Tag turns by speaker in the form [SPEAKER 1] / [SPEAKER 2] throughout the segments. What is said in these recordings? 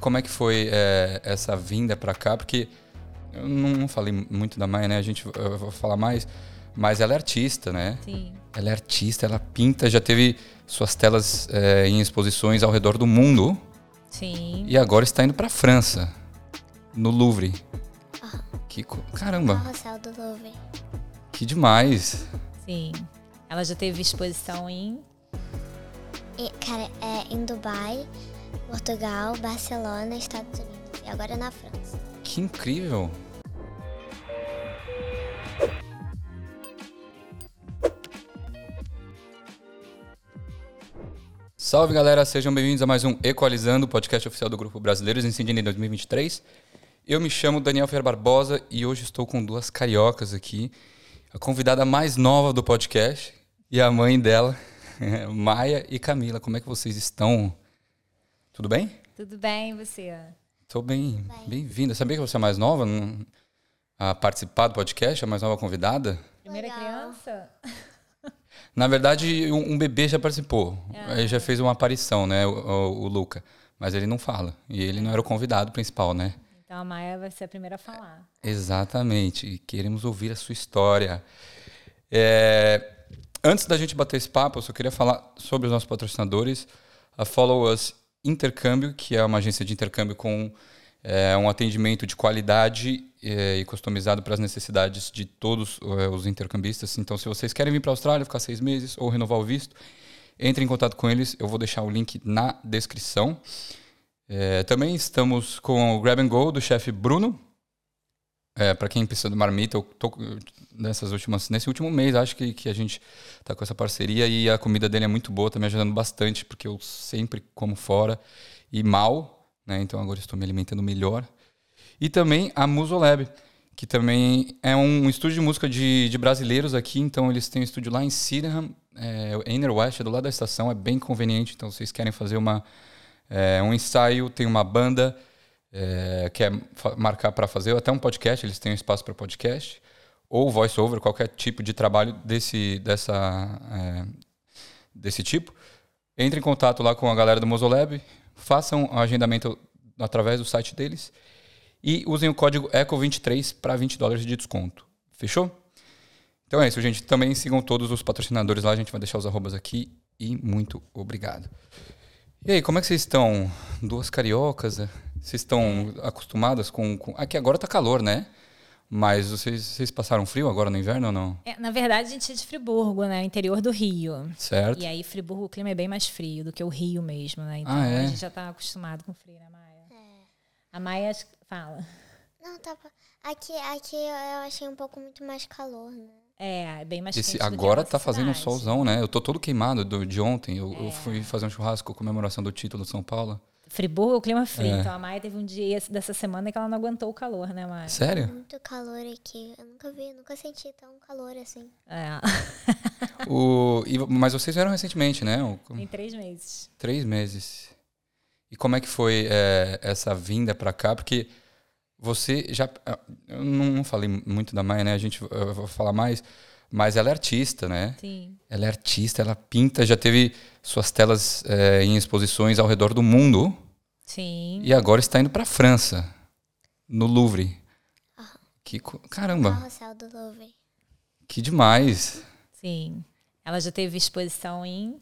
[SPEAKER 1] como é que foi é, essa vinda para cá? Porque eu não, não falei muito da Maia, né? A gente eu vou falar mais, mas ela é artista, né?
[SPEAKER 2] Sim.
[SPEAKER 1] Ela é artista, ela pinta, já teve suas telas é, em exposições ao redor do mundo
[SPEAKER 2] Sim.
[SPEAKER 1] e agora está indo para França, no Louvre. Que co- caramba,
[SPEAKER 3] Carrossel do Louvre.
[SPEAKER 1] que demais.
[SPEAKER 2] Sim. Ela já teve exposição em.
[SPEAKER 3] E, cara, é em Dubai, Portugal, Barcelona, Estados Unidos. E agora na França.
[SPEAKER 1] Que incrível. Salve galera, sejam bem-vindos a mais um Equalizando, podcast oficial do Grupo Brasileiros em Sydney 2023. Eu me chamo Daniel Fer Barbosa e hoje estou com duas cariocas aqui. A convidada mais nova do podcast e a mãe dela, Maia e Camila. Como é que vocês estão? Tudo bem?
[SPEAKER 2] Tudo bem, você?
[SPEAKER 1] Tô bem. Bem-vinda. Sabia que você é mais nova não- a participar do podcast? É a mais nova convidada?
[SPEAKER 2] Primeira
[SPEAKER 3] Legal.
[SPEAKER 2] criança?
[SPEAKER 1] Na verdade, um, um bebê já participou. Ele já fez uma aparição, né? O, o- o Luca. Mas ele não fala. E ele não era o convidado principal, né?
[SPEAKER 2] Então a Maia vai ser a primeira a falar.
[SPEAKER 1] Exatamente. E Queremos ouvir a sua história. É, Antes da gente bater esse papo, eu só queria falar sobre os nossos patrocinadores. A Follow Us Intercâmbio, que é uma agência de intercâmbio com é, um atendimento de qualidade é, e customizado para as necessidades de todos é, os intercambistas. Então, se vocês querem vir para a Austrália, ficar seis meses ou renovar o visto, entre em contato com eles. Eu vou deixar o link na descrição. É, também estamos com o Grab and Go do chefe Bruno, é, para quem precisa de marmita, eu tô eu- nessas últimas, nesse último mês, acho que, que a gente tá com essa parceria e a comida dele é muito boa, tá me ajudando bastante, porque eu sempre como fora e mal, né? Então agora estou me alimentando melhor. E também a Musolab, que também é um estúdio de música de, de brasileiros aqui, então eles têm um estúdio lá em Sydenham, é, o Inner West, é do lado da estação, é bem conveniente, então vocês querem fazer uma, é, um ensaio, tem uma banda, é, quer fa- marcar para fazer até um podcast, eles têm um espaço para podcast, ou voice-over, qualquer tipo de trabalho desse, dessa, é, desse tipo, entre em contato lá com a galera do Mozolab, façam o agendamento através do site deles e usem o código ECO23 para 20 dólares de desconto. Fechou? Então é isso, gente. Também sigam todos os patrocinadores lá, a gente vai deixar os arrobas aqui e muito obrigado. E aí, como é que vocês estão? Duas cariocas? é? Vocês estão acostumadas com, com- Aqui agora tá calor, né? Mas vocês, vocês passaram frio agora no inverno ou não?
[SPEAKER 2] É, na verdade, a gente é de Friburgo, né? Interior do Rio.
[SPEAKER 1] Certo?
[SPEAKER 2] E aí, Friburgo, o clima é bem mais frio do que o Rio mesmo, né? Então
[SPEAKER 1] Ah, é?
[SPEAKER 2] a gente já tá acostumado com frio, né, Maia? A Maia acho que- fala.
[SPEAKER 3] Não, tá. bom. Aqui, aqui eu achei um pouco muito mais calor, né?
[SPEAKER 2] É, é bem mais
[SPEAKER 1] Esse,
[SPEAKER 2] quente do que a
[SPEAKER 1] agora
[SPEAKER 2] nossa
[SPEAKER 1] tá fazendo um
[SPEAKER 2] cidade. É.
[SPEAKER 1] solzão, né? Eu tô todo queimado do- de ontem. Eu, eu fui fazer um churrasco comemoração do título de São Paulo.
[SPEAKER 2] Friburgo, o clima é frio. Então a Maia teve um dia esse- dessa semana que ela não aguentou o calor, né, Maia?
[SPEAKER 1] Sério?
[SPEAKER 3] Muito calor aqui. Eu nunca vi, nunca senti tão calor assim.
[SPEAKER 2] É.
[SPEAKER 1] O, e- mas vocês vieram recentemente, né? O-
[SPEAKER 2] em três meses.
[SPEAKER 1] Três meses. E como é que foi é, essa vinda pra cá? Porque você já. Eu não não falei muito da Maia, né? A gente eu vou falar mais. Mas ela é artista, né?
[SPEAKER 2] Sim.
[SPEAKER 1] Ela é artista, ela pinta, já teve suas telas é, em exposições ao redor do mundo.
[SPEAKER 2] Sim.
[SPEAKER 1] E agora está indo para França, no Louvre. Que co- caramba,
[SPEAKER 3] Carrossel Tá, do Louvre.
[SPEAKER 1] que demais.
[SPEAKER 2] Sim. Ela já teve exposição em.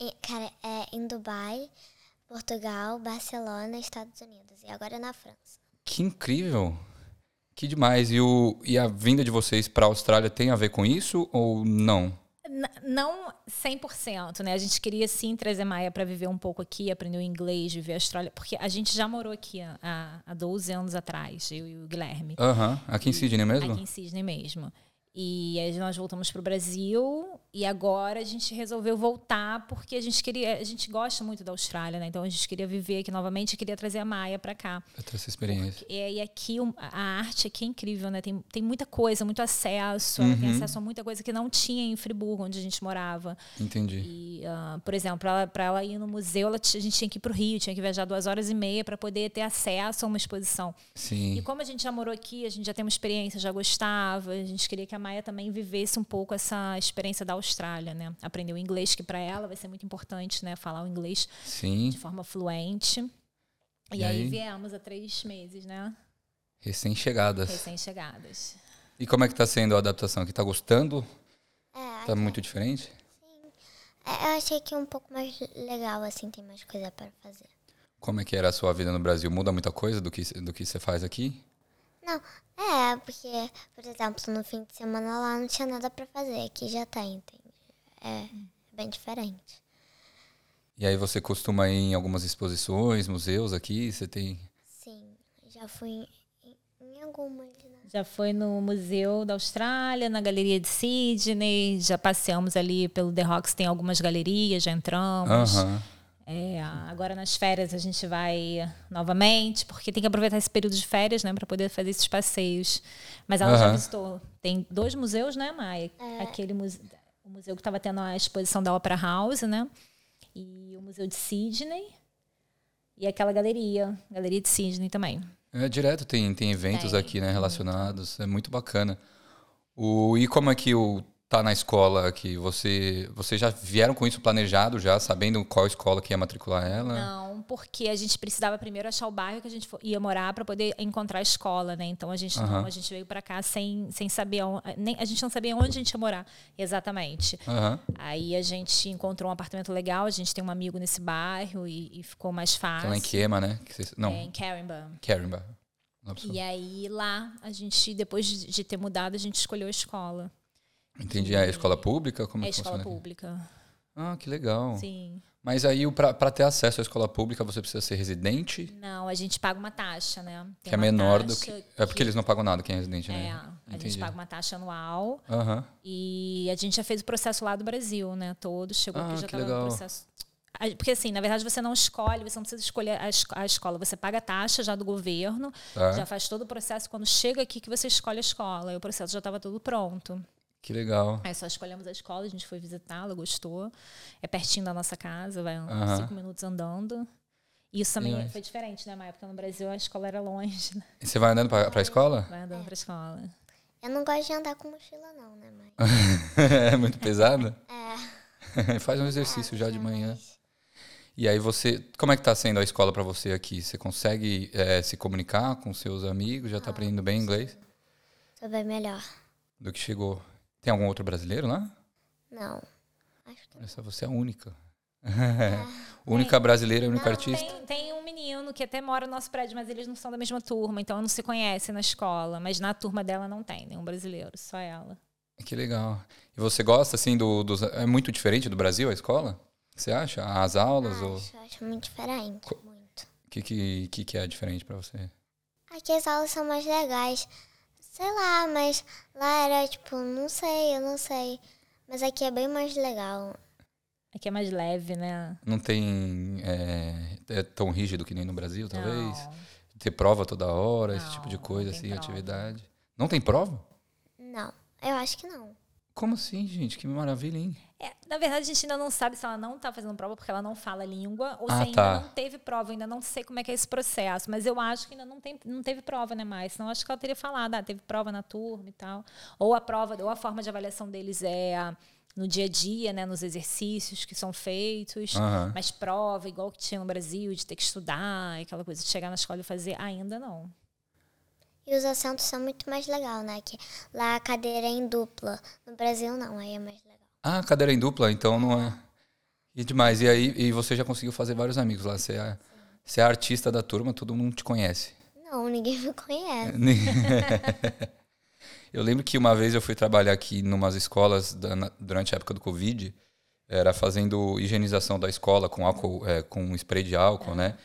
[SPEAKER 3] E, cara, é em Dubai, Portugal, Barcelona, Estados Unidos. E agora na França.
[SPEAKER 1] Que incrível. Que demais. E, o, e a vinda de vocês para a Austrália tem a ver com isso ou não?
[SPEAKER 2] N- não 100%, né? A gente queria sim trazer Maia para viver um pouco aqui, aprender o inglês, viver a Austrália, porque a gente já morou aqui há- há, há 12 anos atrás, eu e o Guilherme,
[SPEAKER 1] Aham, aqui em Sydney É mesmo?
[SPEAKER 2] Uhum. aqui em Sydney mesmo. E aí nós voltamos pro Brasil e agora a gente resolveu voltar porque a gente queria, a gente gosta muito da Austrália, né? Então a gente queria viver aqui novamente e queria trazer a Maia para cá.
[SPEAKER 1] Eu tenho essa experiência.
[SPEAKER 2] É, e aqui um, a a arte aqui é incrível, né? Tem, tem muita coisa, muito acesso. Ela tem acesso a muita coisa que não tinha em Friburgo, onde a gente morava.
[SPEAKER 1] Entendi.
[SPEAKER 2] E, ah, por exemplo, para ela ir no museu, ela ti- a gente tinha que ir para o Rio, tinha que viajar duas horas e meia para poder ter acesso a uma exposição. E
[SPEAKER 1] Sim.
[SPEAKER 2] como a gente já morou aqui, a gente já tem uma experiência, já gostava, a gente queria que a Maia também vivesse um pouco essa experiência da Austrália, né? Aprender o inglês, que para ela vai ser muito importante, né? Falar o inglês
[SPEAKER 1] Sim.
[SPEAKER 2] de forma fluente. E,
[SPEAKER 1] E
[SPEAKER 2] aí,
[SPEAKER 1] aí?
[SPEAKER 2] viemos há três meses, né?
[SPEAKER 1] Recém-chegadas.
[SPEAKER 2] Recém-chegadas.
[SPEAKER 1] E como é que tá sendo a adaptação aqui? Tá gostando?
[SPEAKER 3] É,
[SPEAKER 1] Tá muito diferente?
[SPEAKER 3] é, eu achei que é um pouco mais legal, assim, tem mais coisa pra fazer.
[SPEAKER 1] Como é que era a sua vida no Brasil? Muda muita coisa do que do que você faz aqui?
[SPEAKER 3] Não, é, porque, por exemplo, no fim de semana lá não tinha nada pra fazer, aqui já tem, entende? É bem diferente.
[SPEAKER 1] E aí você costuma ir em algumas exposições, museus aqui? Você tem
[SPEAKER 3] Sim, já fui em, em- em algumas, né?
[SPEAKER 2] Já foi no Museu da Austrália, na Galeria de Sydney, já passeamos ali pelo The Rocks, tem algumas galerias, já entramos.
[SPEAKER 1] Aham.
[SPEAKER 2] É, agora nas férias a gente vai novamente, porque tem que aproveitar esse período de férias, né, para poder fazer esses passeios. Mas ela já
[SPEAKER 1] Aham.
[SPEAKER 2] visitou. Tem dois museus, né, Maia? Aquele muse... o museu que estava tendo a exposição da Opera House, né? E o museu de Sydney. E aquela galeria, galeria de Sydney também.
[SPEAKER 1] É direto, tem, tem eventos
[SPEAKER 2] Tem. Uhum.
[SPEAKER 1] aqui, né, relacionados. É muito bacana. O, e como é que o tá na escola aqui? Você, vocês já vieram com isso planejado, já sabendo qual escola que ia matricular ela?
[SPEAKER 2] Não, porque a gente precisava primeiro achar o bairro que a gente fo- ia morar para poder encontrar a escola, né? Então a gente não-
[SPEAKER 1] Aham.
[SPEAKER 2] a gente veio para cá sem, sem saber aon- nem, a gente não sabia onde a gente ia morar exatamente.
[SPEAKER 1] Aham.
[SPEAKER 2] Aí a gente encontrou um apartamento legal, a gente tem um amigo nesse bairro e, e ficou mais
[SPEAKER 1] Que é
[SPEAKER 2] fácil.
[SPEAKER 1] lá em Queima, né? Que vocês- não,
[SPEAKER 2] É, em Carimba.
[SPEAKER 1] Carimba. Não, pessoal.
[SPEAKER 2] E aí lá a gente depois de, de ter mudado a gente escolheu a escola,
[SPEAKER 1] Entendi. É escola pública? Como
[SPEAKER 2] é a
[SPEAKER 1] que
[SPEAKER 2] escola
[SPEAKER 1] funciona aqui?
[SPEAKER 2] pública.
[SPEAKER 1] Ah, que legal.
[SPEAKER 2] Sim.
[SPEAKER 1] Mas aí, para ter acesso à escola pública, você precisa ser residente,
[SPEAKER 2] Não, a gente paga uma taxa, né? Tem
[SPEAKER 1] que é
[SPEAKER 2] uma
[SPEAKER 1] menor do que.
[SPEAKER 2] taxa
[SPEAKER 1] É porque eles não pagam nada quem é residente,
[SPEAKER 2] É,
[SPEAKER 1] né?
[SPEAKER 2] a
[SPEAKER 1] Entendi.
[SPEAKER 2] gente paga uma taxa anual
[SPEAKER 1] Aham.
[SPEAKER 2] e a gente já fez o processo lá do Brasil, né? Todo chegou
[SPEAKER 1] Ah,
[SPEAKER 2] aqui já
[SPEAKER 1] que
[SPEAKER 2] tava
[SPEAKER 1] legal.
[SPEAKER 2] no processo. Ah, Porque assim, na verdade você não escolhe, você não precisa escolher a, es- a escola, você paga a taxa já do governo,
[SPEAKER 1] Tá.
[SPEAKER 2] já faz todo o processo quando chega aqui que você escolhe a escola. E o processo já estava todo pronto.
[SPEAKER 1] Que legal.
[SPEAKER 2] Aí só escolhemos a escola, a gente foi visitá-la, gostou. É pertinho da nossa casa, vai uns
[SPEAKER 1] Aham.
[SPEAKER 2] cinco minutos andando. E Isso também
[SPEAKER 1] Demais.
[SPEAKER 2] foi diferente, né, Maia? Porque no Brasil a escola era longe, né?
[SPEAKER 1] E você vai andando pra, pra escola?
[SPEAKER 2] Vai andando pra escola.
[SPEAKER 3] Eu não gosto de andar com mochila, não, né, mãe?
[SPEAKER 1] é muito pesado?
[SPEAKER 3] É.
[SPEAKER 1] Faz um exercício já de manhã. E aí você. Como é que tá sendo a escola pra você aqui? Você consegue eh, se comunicar com seus amigos?
[SPEAKER 3] Ah,
[SPEAKER 1] Já tá aprendendo bem inglês?
[SPEAKER 3] Tô bem melhor.
[SPEAKER 1] Do que chegou. Tem algum outro brasileiro lá?
[SPEAKER 3] Não. Acho que
[SPEAKER 1] Essa você é a única.
[SPEAKER 3] É.
[SPEAKER 1] única brasileira, única artista.
[SPEAKER 2] Tem, tem um menino que até mora no nosso prédio, mas eles não são da mesma turma, então não se conhecem na escola. Mas na turma dela não tem nenhum brasileiro, só ela.
[SPEAKER 1] Que legal. E você gosta, assim, do, dos. É muito diferente do Brasil a escola? Você acha? As aulas? ou
[SPEAKER 3] acho, acho muito diferente,
[SPEAKER 1] Co-
[SPEAKER 3] muito.
[SPEAKER 1] O que, que, que, que é diferente pra você?
[SPEAKER 3] Aqui as aulas são mais legais. Sei lá, mas lá era tipo, não sei, eu não sei. Mas aqui é bem mais legal.
[SPEAKER 2] Aqui é mais leve, né?
[SPEAKER 1] Não tem. É, é tão rígido que nem no Brasil, talvez?
[SPEAKER 2] Não.
[SPEAKER 1] Ter prova toda hora, esse
[SPEAKER 2] Não,
[SPEAKER 1] tipo de
[SPEAKER 2] não
[SPEAKER 1] coisa,
[SPEAKER 2] tem
[SPEAKER 1] assim,
[SPEAKER 2] prova.
[SPEAKER 1] atividade. Não tem prova?
[SPEAKER 3] Não, eu acho que não.
[SPEAKER 1] Como assim, gente? Que maravilha, hein?
[SPEAKER 2] É, na verdade, a gente ainda não sabe se ela não está fazendo prova porque ela não fala a língua ou
[SPEAKER 1] Ah,
[SPEAKER 2] se ainda
[SPEAKER 1] tá.
[SPEAKER 2] não teve prova. Ainda não sei como é que é esse processo, mas eu acho que ainda não, tem, não teve prova, né, mais? Senão acho que ela teria falado, ah, teve prova na turma e tal. Ou a prova, ou a forma de avaliação deles é ah, no dia a dia, né, nos exercícios que são feitos.
[SPEAKER 1] Aham.
[SPEAKER 2] Mas prova, igual que tinha no Brasil, de ter que estudar, aquela coisa de chegar na escola e fazer, ainda não.
[SPEAKER 3] E os assentos são muito mais legal, né? Que lá a cadeira é em dupla. No Brasil não, aí é mais legal.
[SPEAKER 1] Ah, cadeira em dupla, então não é. E demais. E aí, e você já conseguiu fazer vários amigos lá. Você é, você é a artista da turma, todo mundo te conhece.
[SPEAKER 3] Não, ninguém me conhece.
[SPEAKER 1] eu lembro que uma vez eu fui trabalhar aqui numas escolas da- na- durante a época do Covid, era fazendo higienização da escola com álcool, é, com spray de álcool, né?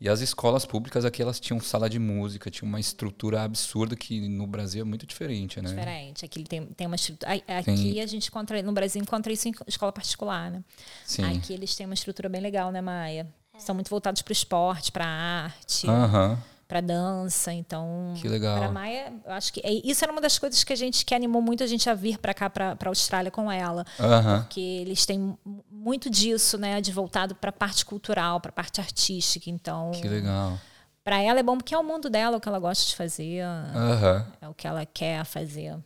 [SPEAKER 1] E as escolas públicas aqui elas tinham sala de música, tinha uma estrutura absurda que no Brasil é muito diferente, né?
[SPEAKER 2] Diferente. Aqui tem, tem uma estrutura. a- Aqui
[SPEAKER 1] Tem.
[SPEAKER 2] a gente encontra, no Brasil encontra isso em escola particular, né?
[SPEAKER 1] Sim.
[SPEAKER 2] Aqui eles têm uma estrutura bem legal, né, Maia? São muito voltados para o esporte, para arte, pra
[SPEAKER 1] Aham.
[SPEAKER 2] para dança. Então,
[SPEAKER 1] Ah. Que
[SPEAKER 2] para
[SPEAKER 1] legal.
[SPEAKER 2] Maia, eu acho que é- isso era uma das coisas que a gente que animou muito a gente a vir para cá, para a Austrália com ela,
[SPEAKER 1] Aham.
[SPEAKER 2] porque eles têm mu- muito disso, né, de voltado para a parte cultural, para a parte artística. Então,
[SPEAKER 1] Que legal.
[SPEAKER 2] para ela é bom porque é o mundo dela, o que ela gosta de fazer,
[SPEAKER 1] Aham.
[SPEAKER 2] é o que ela quer fazer.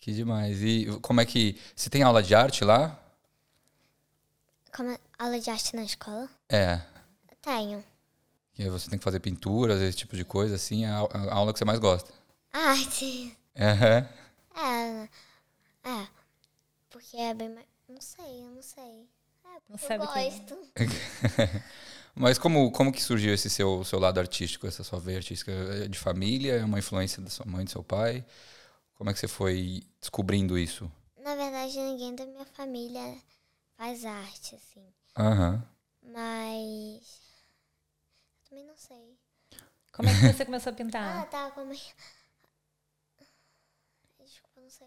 [SPEAKER 1] Que demais. E como é que. Você tem aula de arte lá?
[SPEAKER 3] Como é- aula de arte na escola?
[SPEAKER 1] É.
[SPEAKER 3] Tenho.
[SPEAKER 1] Que aí você tem que fazer pinturas, esse tipo de coisa, assim, é a, a aula que você mais gosta.
[SPEAKER 3] Arte.
[SPEAKER 1] É.
[SPEAKER 3] É. É. Porque é bem mais. Não sei, eu não sei. É, porque
[SPEAKER 2] sabe
[SPEAKER 3] eu
[SPEAKER 2] o que é.
[SPEAKER 3] gosto.
[SPEAKER 1] Mas como, como que surgiu esse seu, seu lado artístico, essa sua veia artística? É De família? É uma influência da sua mãe, do seu pai? Como é que você foi descobrindo isso?
[SPEAKER 3] Na verdade, ninguém da minha família faz arte, assim.
[SPEAKER 1] Aham.
[SPEAKER 3] Mas. Eu também não sei.
[SPEAKER 2] Como é que você começou a
[SPEAKER 3] Ah,
[SPEAKER 2] pintar?
[SPEAKER 3] tá, como é. Desculpa, eu não sei.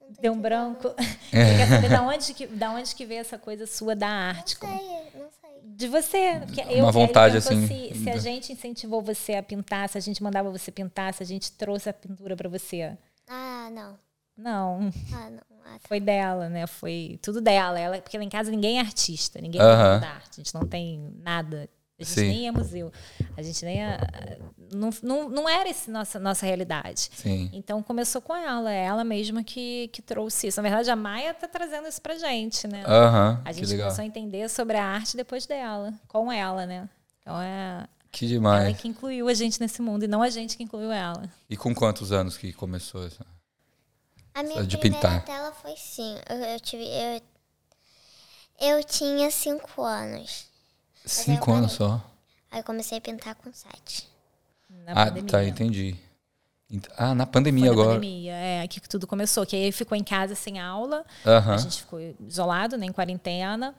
[SPEAKER 3] Não tô
[SPEAKER 2] Deu um
[SPEAKER 3] entendendo.
[SPEAKER 2] branco. Você quer
[SPEAKER 1] É.
[SPEAKER 2] saber da onde, que, da onde que veio essa coisa sua da
[SPEAKER 3] Não
[SPEAKER 2] arte? como-
[SPEAKER 3] sei, não sei.
[SPEAKER 2] De você. porque
[SPEAKER 1] Uma
[SPEAKER 2] eu- eu
[SPEAKER 1] vontade,
[SPEAKER 2] pergunto
[SPEAKER 1] assim,
[SPEAKER 2] Se, se a
[SPEAKER 1] da-
[SPEAKER 2] gente incentivou você a pintar, se a gente mandava você pintar, se a gente trouxe a pintura pra você.
[SPEAKER 3] Ah, não.
[SPEAKER 2] Não,
[SPEAKER 3] Ah, não. Ah, tá.
[SPEAKER 2] foi dela, né? Foi tudo dela. Ela, porque lá em casa ninguém é artista, ninguém
[SPEAKER 1] Aham.
[SPEAKER 2] é da arte. A gente não tem nada. A gente
[SPEAKER 1] Sim.
[SPEAKER 2] nem é museu. A gente nem é. Não, não, não era essa nossa, nossa realidade.
[SPEAKER 1] Sim.
[SPEAKER 2] Então começou com ela, é ela mesma que, que trouxe isso. Na verdade, a Maia tá trazendo isso pra gente, né?
[SPEAKER 1] Aham.
[SPEAKER 2] A
[SPEAKER 1] Ah, Que
[SPEAKER 2] gente
[SPEAKER 1] legal.
[SPEAKER 2] começou a entender sobre a arte depois dela, com ela, né? Então é
[SPEAKER 1] Que
[SPEAKER 2] ela
[SPEAKER 1] demais.
[SPEAKER 2] que incluiu a gente nesse mundo e não a gente que incluiu ela.
[SPEAKER 1] E com quantos anos que começou essa?
[SPEAKER 3] A minha
[SPEAKER 1] de
[SPEAKER 3] primeira
[SPEAKER 1] pintar.
[SPEAKER 3] tela foi sim. Eu, eu tive. Eu, eu tinha cinco anos.
[SPEAKER 1] Cinco anos só?
[SPEAKER 3] Aí eu comecei a pintar com sete.
[SPEAKER 2] Na
[SPEAKER 1] ah,
[SPEAKER 2] pandemia.
[SPEAKER 1] tá, entendi. Ent- Ah, na
[SPEAKER 2] Foi
[SPEAKER 1] pandemia
[SPEAKER 2] na
[SPEAKER 1] agora.
[SPEAKER 2] pandemia, é, que tudo começou. Que aí ficou em casa sem aula,
[SPEAKER 1] Aham.
[SPEAKER 2] a gente ficou isolado, né, em quarentena.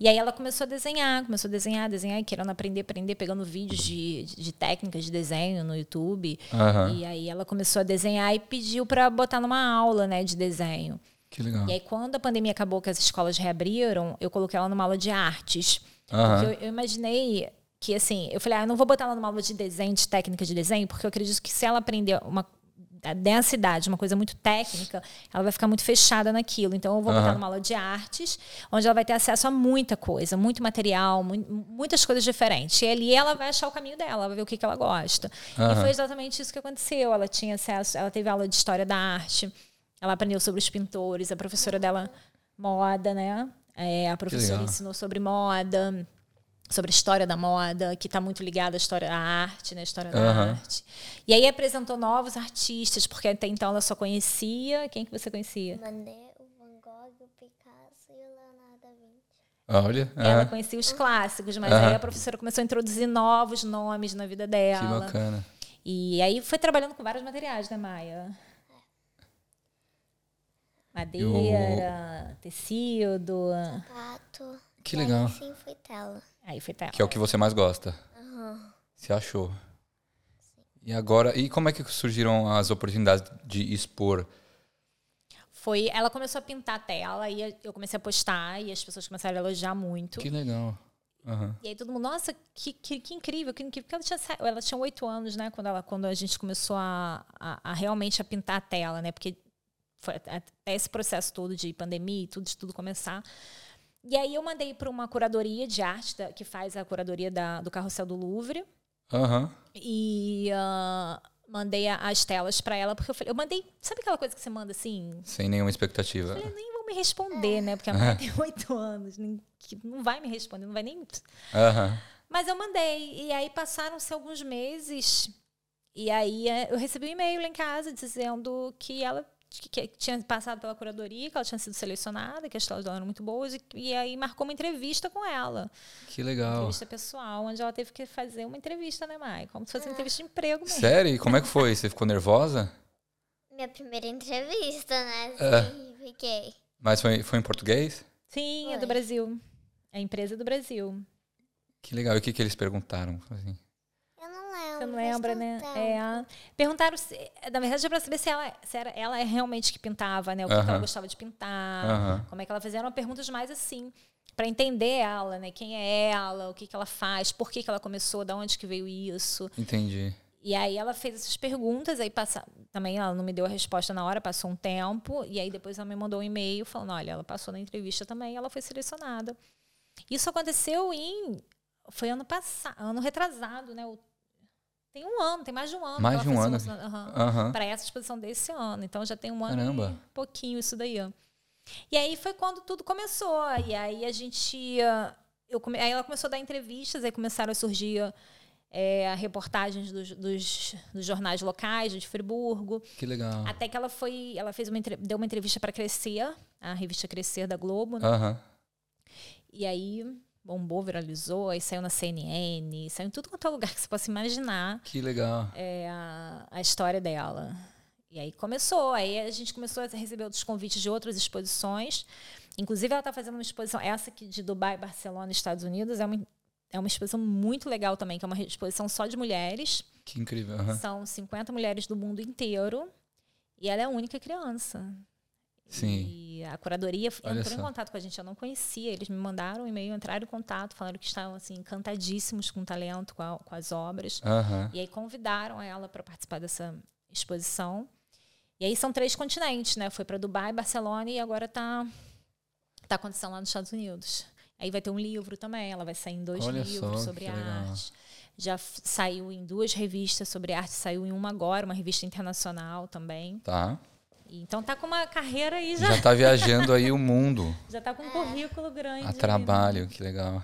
[SPEAKER 2] E aí ela começou a desenhar, começou a desenhar, desenhar, e querendo aprender, aprender, pegando vídeos de, de, de técnicas de desenho no YouTube.
[SPEAKER 1] Aham.
[SPEAKER 2] E aí ela começou a desenhar e pediu pra botar numa aula, né, de desenho.
[SPEAKER 1] Que legal.
[SPEAKER 2] E aí, quando a pandemia acabou, que as escolas reabriram, eu coloquei ela numa aula de artes.
[SPEAKER 1] Aham.
[SPEAKER 2] Porque eu, eu imaginei que, assim, eu falei, ah, eu não vou botar ela numa aula de desenho, de técnica de desenho, porque eu acredito que se ela aprender uma a densidade, uma coisa muito técnica, ela vai ficar muito fechada naquilo. Então, eu vou botar
[SPEAKER 1] Aham.
[SPEAKER 2] numa aula de artes, onde ela vai ter acesso a muita coisa, muito material, mu- muitas coisas diferentes. E ali ela vai achar o caminho dela, ela vai ver o que, que ela gosta. E
[SPEAKER 1] Aham.
[SPEAKER 2] foi exatamente isso que aconteceu. Ela tinha acesso, ela teve aula de história da arte, ela aprendeu sobre os pintores, a professora dela moda, né? É, a professora
[SPEAKER 1] legal.
[SPEAKER 2] ensinou sobre moda, sobre a história da moda, que está muito ligada à história da arte, né? A história da
[SPEAKER 1] Aham.
[SPEAKER 2] arte. E aí apresentou novos artistas, porque até então ela só conhecia. Quem que você conhecia?
[SPEAKER 3] Mané, o Van Gogh, o Picasso e o Leonardo da Vinci.
[SPEAKER 1] Olha.
[SPEAKER 2] Ela
[SPEAKER 1] aham.
[SPEAKER 2] conhecia os clássicos, mas
[SPEAKER 1] É. Aham.
[SPEAKER 2] aí a professora começou a introduzir novos nomes na vida dela.
[SPEAKER 1] Que bacana.
[SPEAKER 2] E aí foi trabalhando com vários materiais, né, Maia? Madeira, tecido.
[SPEAKER 3] Pato.
[SPEAKER 1] Que
[SPEAKER 3] E aí,
[SPEAKER 1] legal.
[SPEAKER 3] Sim, foi tela.
[SPEAKER 2] Aí foi tela.
[SPEAKER 1] Que é o que você mais gosta. Se achou. E agora, e como é que surgiram as oportunidades de expor?
[SPEAKER 2] Foi, ela começou a pintar a tela e eu comecei a postar e as pessoas começaram a elogiar muito.
[SPEAKER 1] Que legal. Aham.
[SPEAKER 2] E aí todo mundo, nossa, que, que, que incrível, que incrível. Porque ela tinha, sa- ela tinha oito anos, né? Quando, ela, quando a gente começou a, a, a realmente a pintar a tela, né? Porque foi at- até esse processo todo de pandemia e tudo, de tudo começar. E aí eu mandei para uma curadoria de arte, da- que faz a curadoria da, do Carrossel do Louvre.
[SPEAKER 1] Aham.
[SPEAKER 2] E ah, mandei a- as telas para ela, porque eu falei, eu mandei, sabe aquela coisa que você manda assim?
[SPEAKER 1] Sem nenhuma expectativa.
[SPEAKER 2] Eu nem vou me responder, né? Porque a mãe tem oito anos, nem- que não vai me responder, não vai nem.
[SPEAKER 1] Aham.
[SPEAKER 2] Mas eu mandei. E aí passaram-se alguns meses. E aí eh, eu recebi um e-mail lá em casa dizendo que ela que, que tinha passado pela curadoria, que ela tinha sido selecionada, que as telas dela eram muito boas. E, e aí marcou uma entrevista com ela.
[SPEAKER 1] Que
[SPEAKER 2] Uma
[SPEAKER 1] legal.
[SPEAKER 2] entrevista pessoal, onde ela teve que fazer uma entrevista, né, Mai? Como se fosse uma entrevista de emprego mesmo.
[SPEAKER 1] Sério? E como é que foi? Você ficou nervosa?
[SPEAKER 3] Minha primeira entrevista, né?
[SPEAKER 1] É.
[SPEAKER 3] Sim, fiquei.
[SPEAKER 1] Mas foi, foi em português?
[SPEAKER 2] Sim, é do
[SPEAKER 3] Foi.
[SPEAKER 2] Brasil. É a empresa do Brasil.
[SPEAKER 1] Que legal. E o que, que eles perguntaram? Assim,
[SPEAKER 3] Eu não lembro.
[SPEAKER 2] Você não
[SPEAKER 3] faz
[SPEAKER 2] lembra,
[SPEAKER 3] tanto
[SPEAKER 2] né?
[SPEAKER 3] tempo.
[SPEAKER 2] É. Perguntaram se. Na verdade, é pra saber se ela, se era, ela é realmente que pintava, né? O que, que ela
[SPEAKER 1] Aham.
[SPEAKER 2] gostava de pintar.
[SPEAKER 1] Aham.
[SPEAKER 2] Como é que ela fazia? Eram perguntas mais assim. Pra entender ela, né? Quem é ela, o que, que ela faz, por que, que ela começou, da onde que veio isso.
[SPEAKER 1] Entendi.
[SPEAKER 2] E aí ela fez essas perguntas, aí passa... também ela não me deu a resposta na hora, passou um tempo, e aí depois ela me mandou um e-mail falando, olha, ela passou na entrevista também, ela foi selecionada. Isso aconteceu em foi ano passado, ano retrasado, né? O- Tem um ano, tem mais de um ano. que
[SPEAKER 1] Mais
[SPEAKER 2] ela
[SPEAKER 1] de um
[SPEAKER 2] foi
[SPEAKER 1] ano.
[SPEAKER 2] selecionada. Aham
[SPEAKER 1] Aham.
[SPEAKER 2] para essa exposição desse ano. Então já tem um ano
[SPEAKER 1] Caramba.
[SPEAKER 2] e pouquinho isso daí. ó. E aí foi quando tudo começou. E aí a gente ah, eu come- aí ela começou a dar entrevistas, aí começaram a surgir é, reportagens dos, dos- dos jornais locais, de Friburgo.
[SPEAKER 1] Que legal.
[SPEAKER 2] Até que ela foi. Ela fez uma, entre- deu uma entrevista para Crescer, a revista Crescer da Globo. né?
[SPEAKER 1] Aham.
[SPEAKER 2] E aí bombou, viralizou, aí saiu na CNN, saiu em tudo quanto é lugar que você possa imaginar
[SPEAKER 1] Que legal.
[SPEAKER 2] é, a, a história dela. E aí começou, aí a gente começou a receber outros convites de outras exposições. Inclusive, ela está fazendo uma exposição, essa aqui de Dubai, Barcelona, Estados Unidos, é uma, é uma exposição muito legal também, que é uma exposição só de mulheres.
[SPEAKER 1] Que incrível. aham.
[SPEAKER 2] São 50 mulheres do mundo inteiro e ela é a única criança.
[SPEAKER 1] Sim.
[SPEAKER 2] E a curadoria f-
[SPEAKER 1] Olha
[SPEAKER 2] entrou em
[SPEAKER 1] só.
[SPEAKER 2] contato com a gente, eu não conhecia. Eles me mandaram um e-mail, entraram em contato, falaram que estavam assim, encantadíssimos com o talento, com, a- com as obras.
[SPEAKER 1] Aham.
[SPEAKER 2] E aí convidaram ela para participar dessa exposição. E aí são três continentes, né? Foi para Dubai, Barcelona e agora tá, tá acontecendo lá nos Estados Unidos. Aí vai ter um livro também, ela vai sair em dois
[SPEAKER 1] Olha
[SPEAKER 2] livros
[SPEAKER 1] só,
[SPEAKER 2] sobre
[SPEAKER 1] que legal.
[SPEAKER 2] arte. Já f- saiu em duas revistas sobre arte, saiu em uma agora, uma revista internacional também.
[SPEAKER 1] Tá.
[SPEAKER 2] E Então tá com uma carreira aí já,
[SPEAKER 1] Já tá viajando aí o mundo
[SPEAKER 2] já tá com um currículo grande.
[SPEAKER 1] a trabalho. Que legal.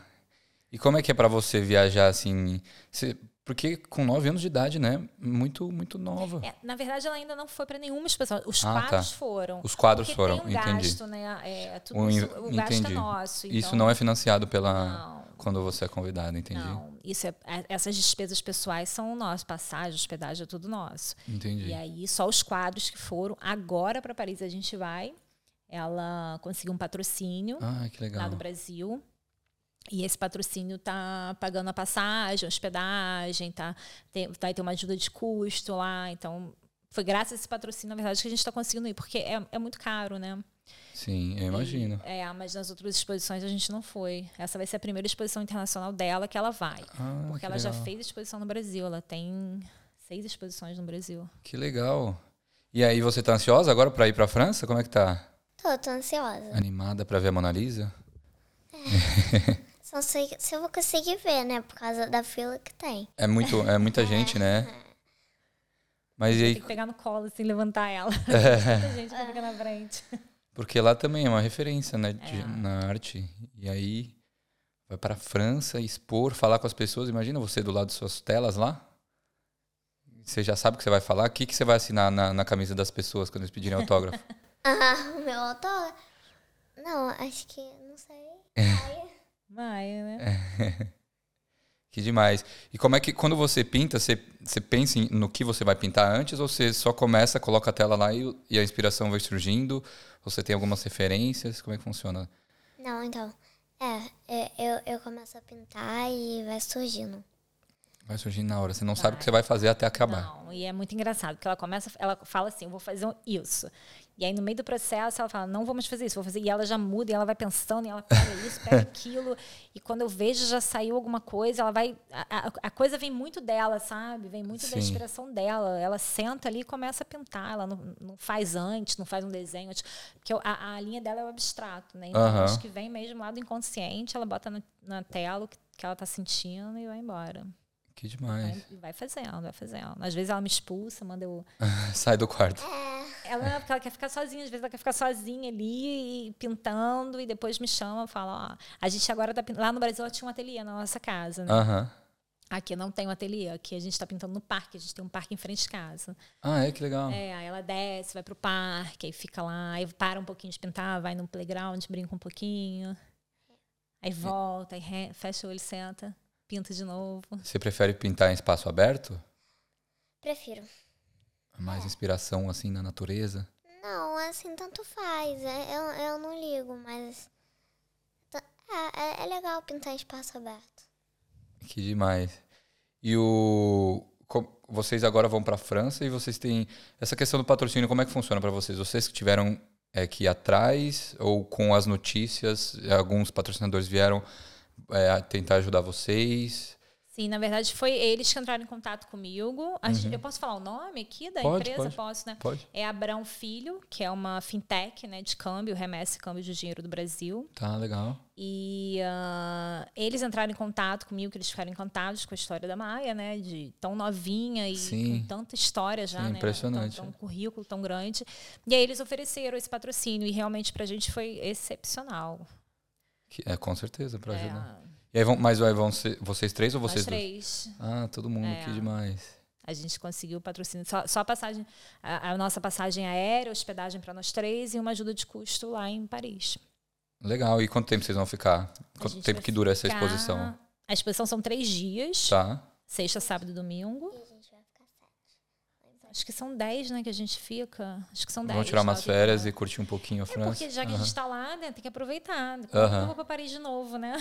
[SPEAKER 1] E como é que é pra você viajar assim? Você- porque com 9 anos de idade, né? Muito, muito nova.
[SPEAKER 2] É, na verdade, ela ainda não foi para nenhuma exposição. Os
[SPEAKER 1] Ah, tá.
[SPEAKER 2] quadros foram.
[SPEAKER 1] Os quadros
[SPEAKER 2] Porque
[SPEAKER 1] foram,
[SPEAKER 2] tem um
[SPEAKER 1] entendi.
[SPEAKER 2] gasto, né? É, tudo
[SPEAKER 1] Um in-
[SPEAKER 2] isso- o gasto
[SPEAKER 1] entendi.
[SPEAKER 2] é nosso.
[SPEAKER 1] Isso
[SPEAKER 2] então-
[SPEAKER 1] não é financiado pela
[SPEAKER 2] Não,
[SPEAKER 1] quando você é convidado, entendi.
[SPEAKER 2] não. Isso é, a- essas despesas pessoais são nossas. Passagem, hospedagem, é tudo nosso.
[SPEAKER 1] Entendi.
[SPEAKER 2] E aí, só os quadros que foram. Agora, para Paris, a gente vai. Ela conseguiu um patrocínio
[SPEAKER 1] Ah, que
[SPEAKER 2] lá
[SPEAKER 1] legal.
[SPEAKER 2] do Brasil. E esse patrocínio tá pagando a passagem, a hospedagem, tá, tem, vai ter uma ajuda de custo lá. Então, foi graças a esse patrocínio, na verdade, que a gente está conseguindo ir, porque é, é muito caro, né?
[SPEAKER 1] Sim, eu imagino.
[SPEAKER 2] É, mas nas outras exposições a gente não foi. Essa vai ser a primeira exposição internacional dela que ela vai.
[SPEAKER 1] Ah,
[SPEAKER 2] Porque
[SPEAKER 1] que
[SPEAKER 2] ela já
[SPEAKER 1] legal.
[SPEAKER 2] fez exposição no Brasil, ela tem seis exposições no Brasil.
[SPEAKER 1] Que legal. E aí, você tá ansiosa agora pra ir pra França? Como é que tá?
[SPEAKER 3] Tô, tô ansiosa.
[SPEAKER 1] Animada pra ver a Mona Lisa?
[SPEAKER 3] Só sei se eu vou conseguir ver, né? Por causa da fila que tem.
[SPEAKER 1] É, muito, é muita gente, né? Mas e É.
[SPEAKER 2] Tem
[SPEAKER 1] aí,
[SPEAKER 2] que pegar no colo, assim, levantar ela. Muita gente vai ficar na frente.
[SPEAKER 1] porque lá também é uma referência né, de- na arte. E aí, vai pra França expor, falar com as pessoas. Imagina você do lado de suas telas lá. Você já sabe o que você vai falar? O que, que você vai assinar na, na camisa das pessoas quando eles pedirem autógrafo?
[SPEAKER 3] Ah, meu autor? Não, acho que. Não sei. Ai,
[SPEAKER 2] Maia, né?
[SPEAKER 1] Que demais. E como é que quando você pinta, você, você pensa em- no que você vai pintar antes ou você só começa, coloca a tela lá e, o- e a inspiração vai surgindo? Ou você tem algumas referências? Como é que funciona?
[SPEAKER 3] Não, então. É, é, eu, eu começo a pintar e vai surgindo.
[SPEAKER 1] Vai surgindo na hora. Você não sabe o que você vai fazer até acabar.
[SPEAKER 2] Não, e é muito engraçado, porque ela começa, ela fala assim, eu vou fazer um- isso. E aí no meio do processo ela fala, não vamos fazer isso, vou fazer. E ela já muda, e ela vai pensando, e ela pega isso, pega aquilo. E quando eu vejo já saiu alguma coisa, ela vai. A, a- a coisa vem muito dela, sabe? Vem muito da
[SPEAKER 1] Sim.
[SPEAKER 2] inspiração dela. Ela senta ali e começa a pintar. Ela não, não faz antes, não faz um desenho antes. Porque a, a linha dela é o abstrato, né? Então
[SPEAKER 1] Aham.
[SPEAKER 2] acho que vem mesmo lá do inconsciente, ela bota na, na tela o que, que ela tá sentindo e vai embora.
[SPEAKER 1] Que
[SPEAKER 2] Vai-
[SPEAKER 1] demais.
[SPEAKER 2] né? e vai fazendo, vai fazendo. Às vezes ela me expulsa, manda eu.
[SPEAKER 1] Sai do quarto.
[SPEAKER 2] Ela, não, porque ela quer ficar sozinha, às vezes ela quer ficar sozinha ali, e pintando, e depois me chama, fala: Ó, a gente agora tá pin- Lá no Brasil ela tinha um ateliê na nossa casa, né?
[SPEAKER 1] Aham.
[SPEAKER 2] Aqui não tem um ateliê, aqui a gente tá pintando no parque, a gente tem um parque em frente de casa.
[SPEAKER 1] Ah, é que legal.
[SPEAKER 2] É, aí ela desce, vai pro parque, aí fica lá, aí para um pouquinho de pintar, vai no playground, brinca um pouquinho. Aí volta, aí re- fecha o olho, senta, pinta de novo.
[SPEAKER 1] Você prefere pintar em espaço aberto?
[SPEAKER 3] Prefiro.
[SPEAKER 1] Mais inspiração assim na natureza?
[SPEAKER 3] Não, assim, tanto faz. É, eu, eu não ligo, mas. tá- É, é, é legal pintar em espaço aberto.
[SPEAKER 1] Que demais. E o com- vocês agora vão para a França e vocês têm essa questão do patrocínio, como é que funciona para vocês? Vocês que tiveram é, que ir atrás ou com as notícias, alguns patrocinadores vieram é, a tentar ajudar vocês?
[SPEAKER 2] Sim, na verdade foi eles que entraram em contato comigo. A gente- eu posso falar o nome aqui da
[SPEAKER 1] Uhum. Pode,
[SPEAKER 2] empresa?
[SPEAKER 1] pode.
[SPEAKER 2] Posso, né?
[SPEAKER 1] Pode?
[SPEAKER 2] É Abrão Filho, que é uma fintech né, de câmbio, remessa e câmbio de dinheiro do Brasil.
[SPEAKER 1] Tá legal.
[SPEAKER 2] E ah, eles entraram em contato comigo, que eles ficaram encantados com a história da Maia, né? De tão novinha e
[SPEAKER 1] Sim.
[SPEAKER 2] com tanta história já,
[SPEAKER 1] Sim,
[SPEAKER 2] né?
[SPEAKER 1] impressionante.
[SPEAKER 2] Tão, tão currículo tão grande. E aí eles ofereceram esse patrocínio e realmente pra gente foi excepcional.
[SPEAKER 1] Que- é com certeza para
[SPEAKER 2] É,
[SPEAKER 1] ajudar. E aí vão, mas aí vão ser vocês três ou vocês
[SPEAKER 2] Nós três.
[SPEAKER 1] dois? Ah, todo mundo,
[SPEAKER 2] É.
[SPEAKER 1] que demais.
[SPEAKER 2] A gente conseguiu o patrocínio. Só, só a passagem, a, a nossa passagem aérea, hospedagem para nós três e uma ajuda de custo lá em Paris.
[SPEAKER 1] Legal. E quanto tempo vocês vão ficar? Quanto
[SPEAKER 2] gente
[SPEAKER 1] tempo
[SPEAKER 2] vai
[SPEAKER 1] que dura essa
[SPEAKER 2] Ficar- um
[SPEAKER 1] exposição?
[SPEAKER 2] A exposição são três dias.
[SPEAKER 1] Tá.
[SPEAKER 2] Sexta, sábado e domingo.
[SPEAKER 3] E a gente vai ficar sete.
[SPEAKER 2] Acho que são dez, né, que a gente fica. Acho que são dez.
[SPEAKER 1] Vão tirar umas
[SPEAKER 2] nove e
[SPEAKER 1] férias e
[SPEAKER 2] dez.
[SPEAKER 1] curtir um pouquinho a
[SPEAKER 2] É
[SPEAKER 1] França.
[SPEAKER 2] porque já que a
[SPEAKER 1] Aham.
[SPEAKER 2] gente está lá, né, tem que aproveitar. Quando
[SPEAKER 1] Aham.
[SPEAKER 2] Eu vou para Paris de novo, né?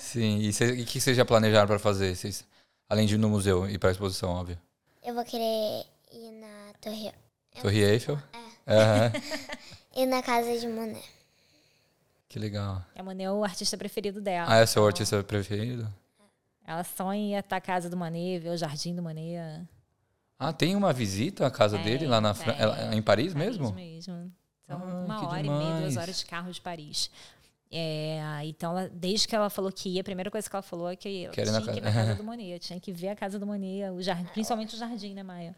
[SPEAKER 1] Sim, e cê- e o que vocês já planejaram para fazer? Vocês, além de ir no museu e para exposição, óbvio.
[SPEAKER 3] Eu vou querer ir na Torre.
[SPEAKER 1] Torre Eiffel? É. Aham.
[SPEAKER 3] E na casa de Monet.
[SPEAKER 1] Que legal.
[SPEAKER 2] A Monet é o artista preferido dela.
[SPEAKER 1] Ah, é seu artista preferido?
[SPEAKER 2] Ela sonha em ir até a casa do Manet, ver o jardim do Manet.
[SPEAKER 1] Ah, tem uma visita à casa
[SPEAKER 2] Tem,
[SPEAKER 1] dele lá na Fran...
[SPEAKER 2] tem.
[SPEAKER 1] ela- em Paris, mesmo?
[SPEAKER 2] mesmo. São
[SPEAKER 1] Ah, que
[SPEAKER 2] uma hora e meia,
[SPEAKER 1] demais.
[SPEAKER 2] duas horas de carro de Paris. É, então, ela- desde que ela falou que ia, a primeira coisa que ela falou é que eu
[SPEAKER 1] Quero ir
[SPEAKER 2] tinha
[SPEAKER 1] na
[SPEAKER 2] que ir na
[SPEAKER 1] casa-
[SPEAKER 2] casa do Monet, tinha que ver a casa do Monet, o jardim, principalmente o jardim, né, Maia?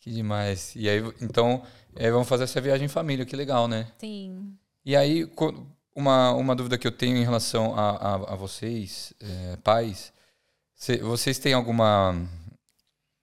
[SPEAKER 1] Que demais. E aí, então, é, vamos fazer essa viagem em família, que legal, né?
[SPEAKER 2] Sim.
[SPEAKER 1] E aí, co- uma, uma dúvida que eu tenho em relação a, a, a vocês, é, pais, Cê- vocês têm alguma,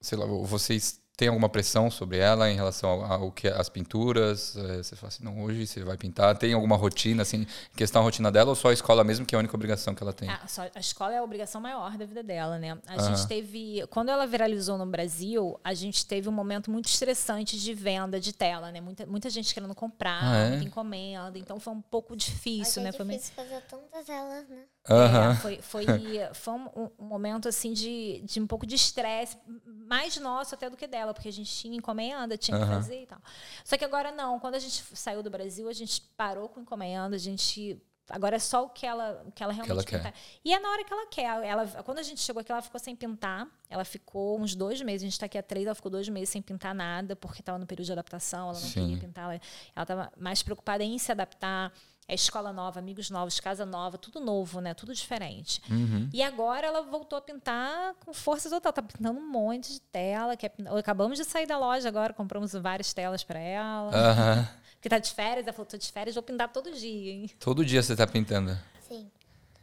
[SPEAKER 1] sei lá, vocês têm alguma pressão sobre ela em relação ao, ao que as pinturas? É, Você fala assim, não, hoje você vai pintar. Tem alguma rotina, assim, questão da rotina dela ou só a escola mesmo que é a única obrigação que ela tem?
[SPEAKER 2] A, só- a escola é a obrigação maior da vida dela, né? A
[SPEAKER 1] Aham.
[SPEAKER 2] gente teve. Quando ela viralizou no Brasil, a gente teve um momento muito estressante de venda de tela, né? Muita, muita gente querendo comprar,
[SPEAKER 1] Ah, é?
[SPEAKER 2] muita encomenda. Então foi um pouco difícil, né?
[SPEAKER 3] Mas é
[SPEAKER 2] Foi meio-
[SPEAKER 3] difícil fazer tantas elas, né?
[SPEAKER 1] Aham.
[SPEAKER 2] É, foi foi, foi um, um momento assim de, de um pouco de estresse, mais nosso até do que dela, porque a gente tinha encomenda, tinha que
[SPEAKER 1] Aham.
[SPEAKER 2] fazer e tal. Só que agora não, quando a gente saiu do Brasil, a gente parou com encomenda, a gente. Agora é só o que ela, o que ela realmente
[SPEAKER 1] ela quer.
[SPEAKER 2] pintar. E é na hora que ela quer. Ela, quando a gente chegou aqui, ela ficou sem pintar. Ela ficou uns dois meses. A gente está aqui há três, ela ficou dois meses sem pintar nada, porque estava no período de adaptação, ela não
[SPEAKER 1] Sim.
[SPEAKER 2] queria pintar. Ela estava mais preocupada em se adaptar. É escola nova, amigos novos, casa nova, tudo novo, né? Tudo diferente.
[SPEAKER 1] Uhum.
[SPEAKER 2] E agora ela voltou a pintar com força total. Tá pintando um monte de tela. Quer pin- Acabamos de sair da loja agora, compramos várias telas para ela.
[SPEAKER 1] Ah. Aham.
[SPEAKER 2] Porque tá de férias, ela falou: tô de férias, vou pintar todo dia, hein?
[SPEAKER 1] Todo dia você tá pintando.
[SPEAKER 3] Sim,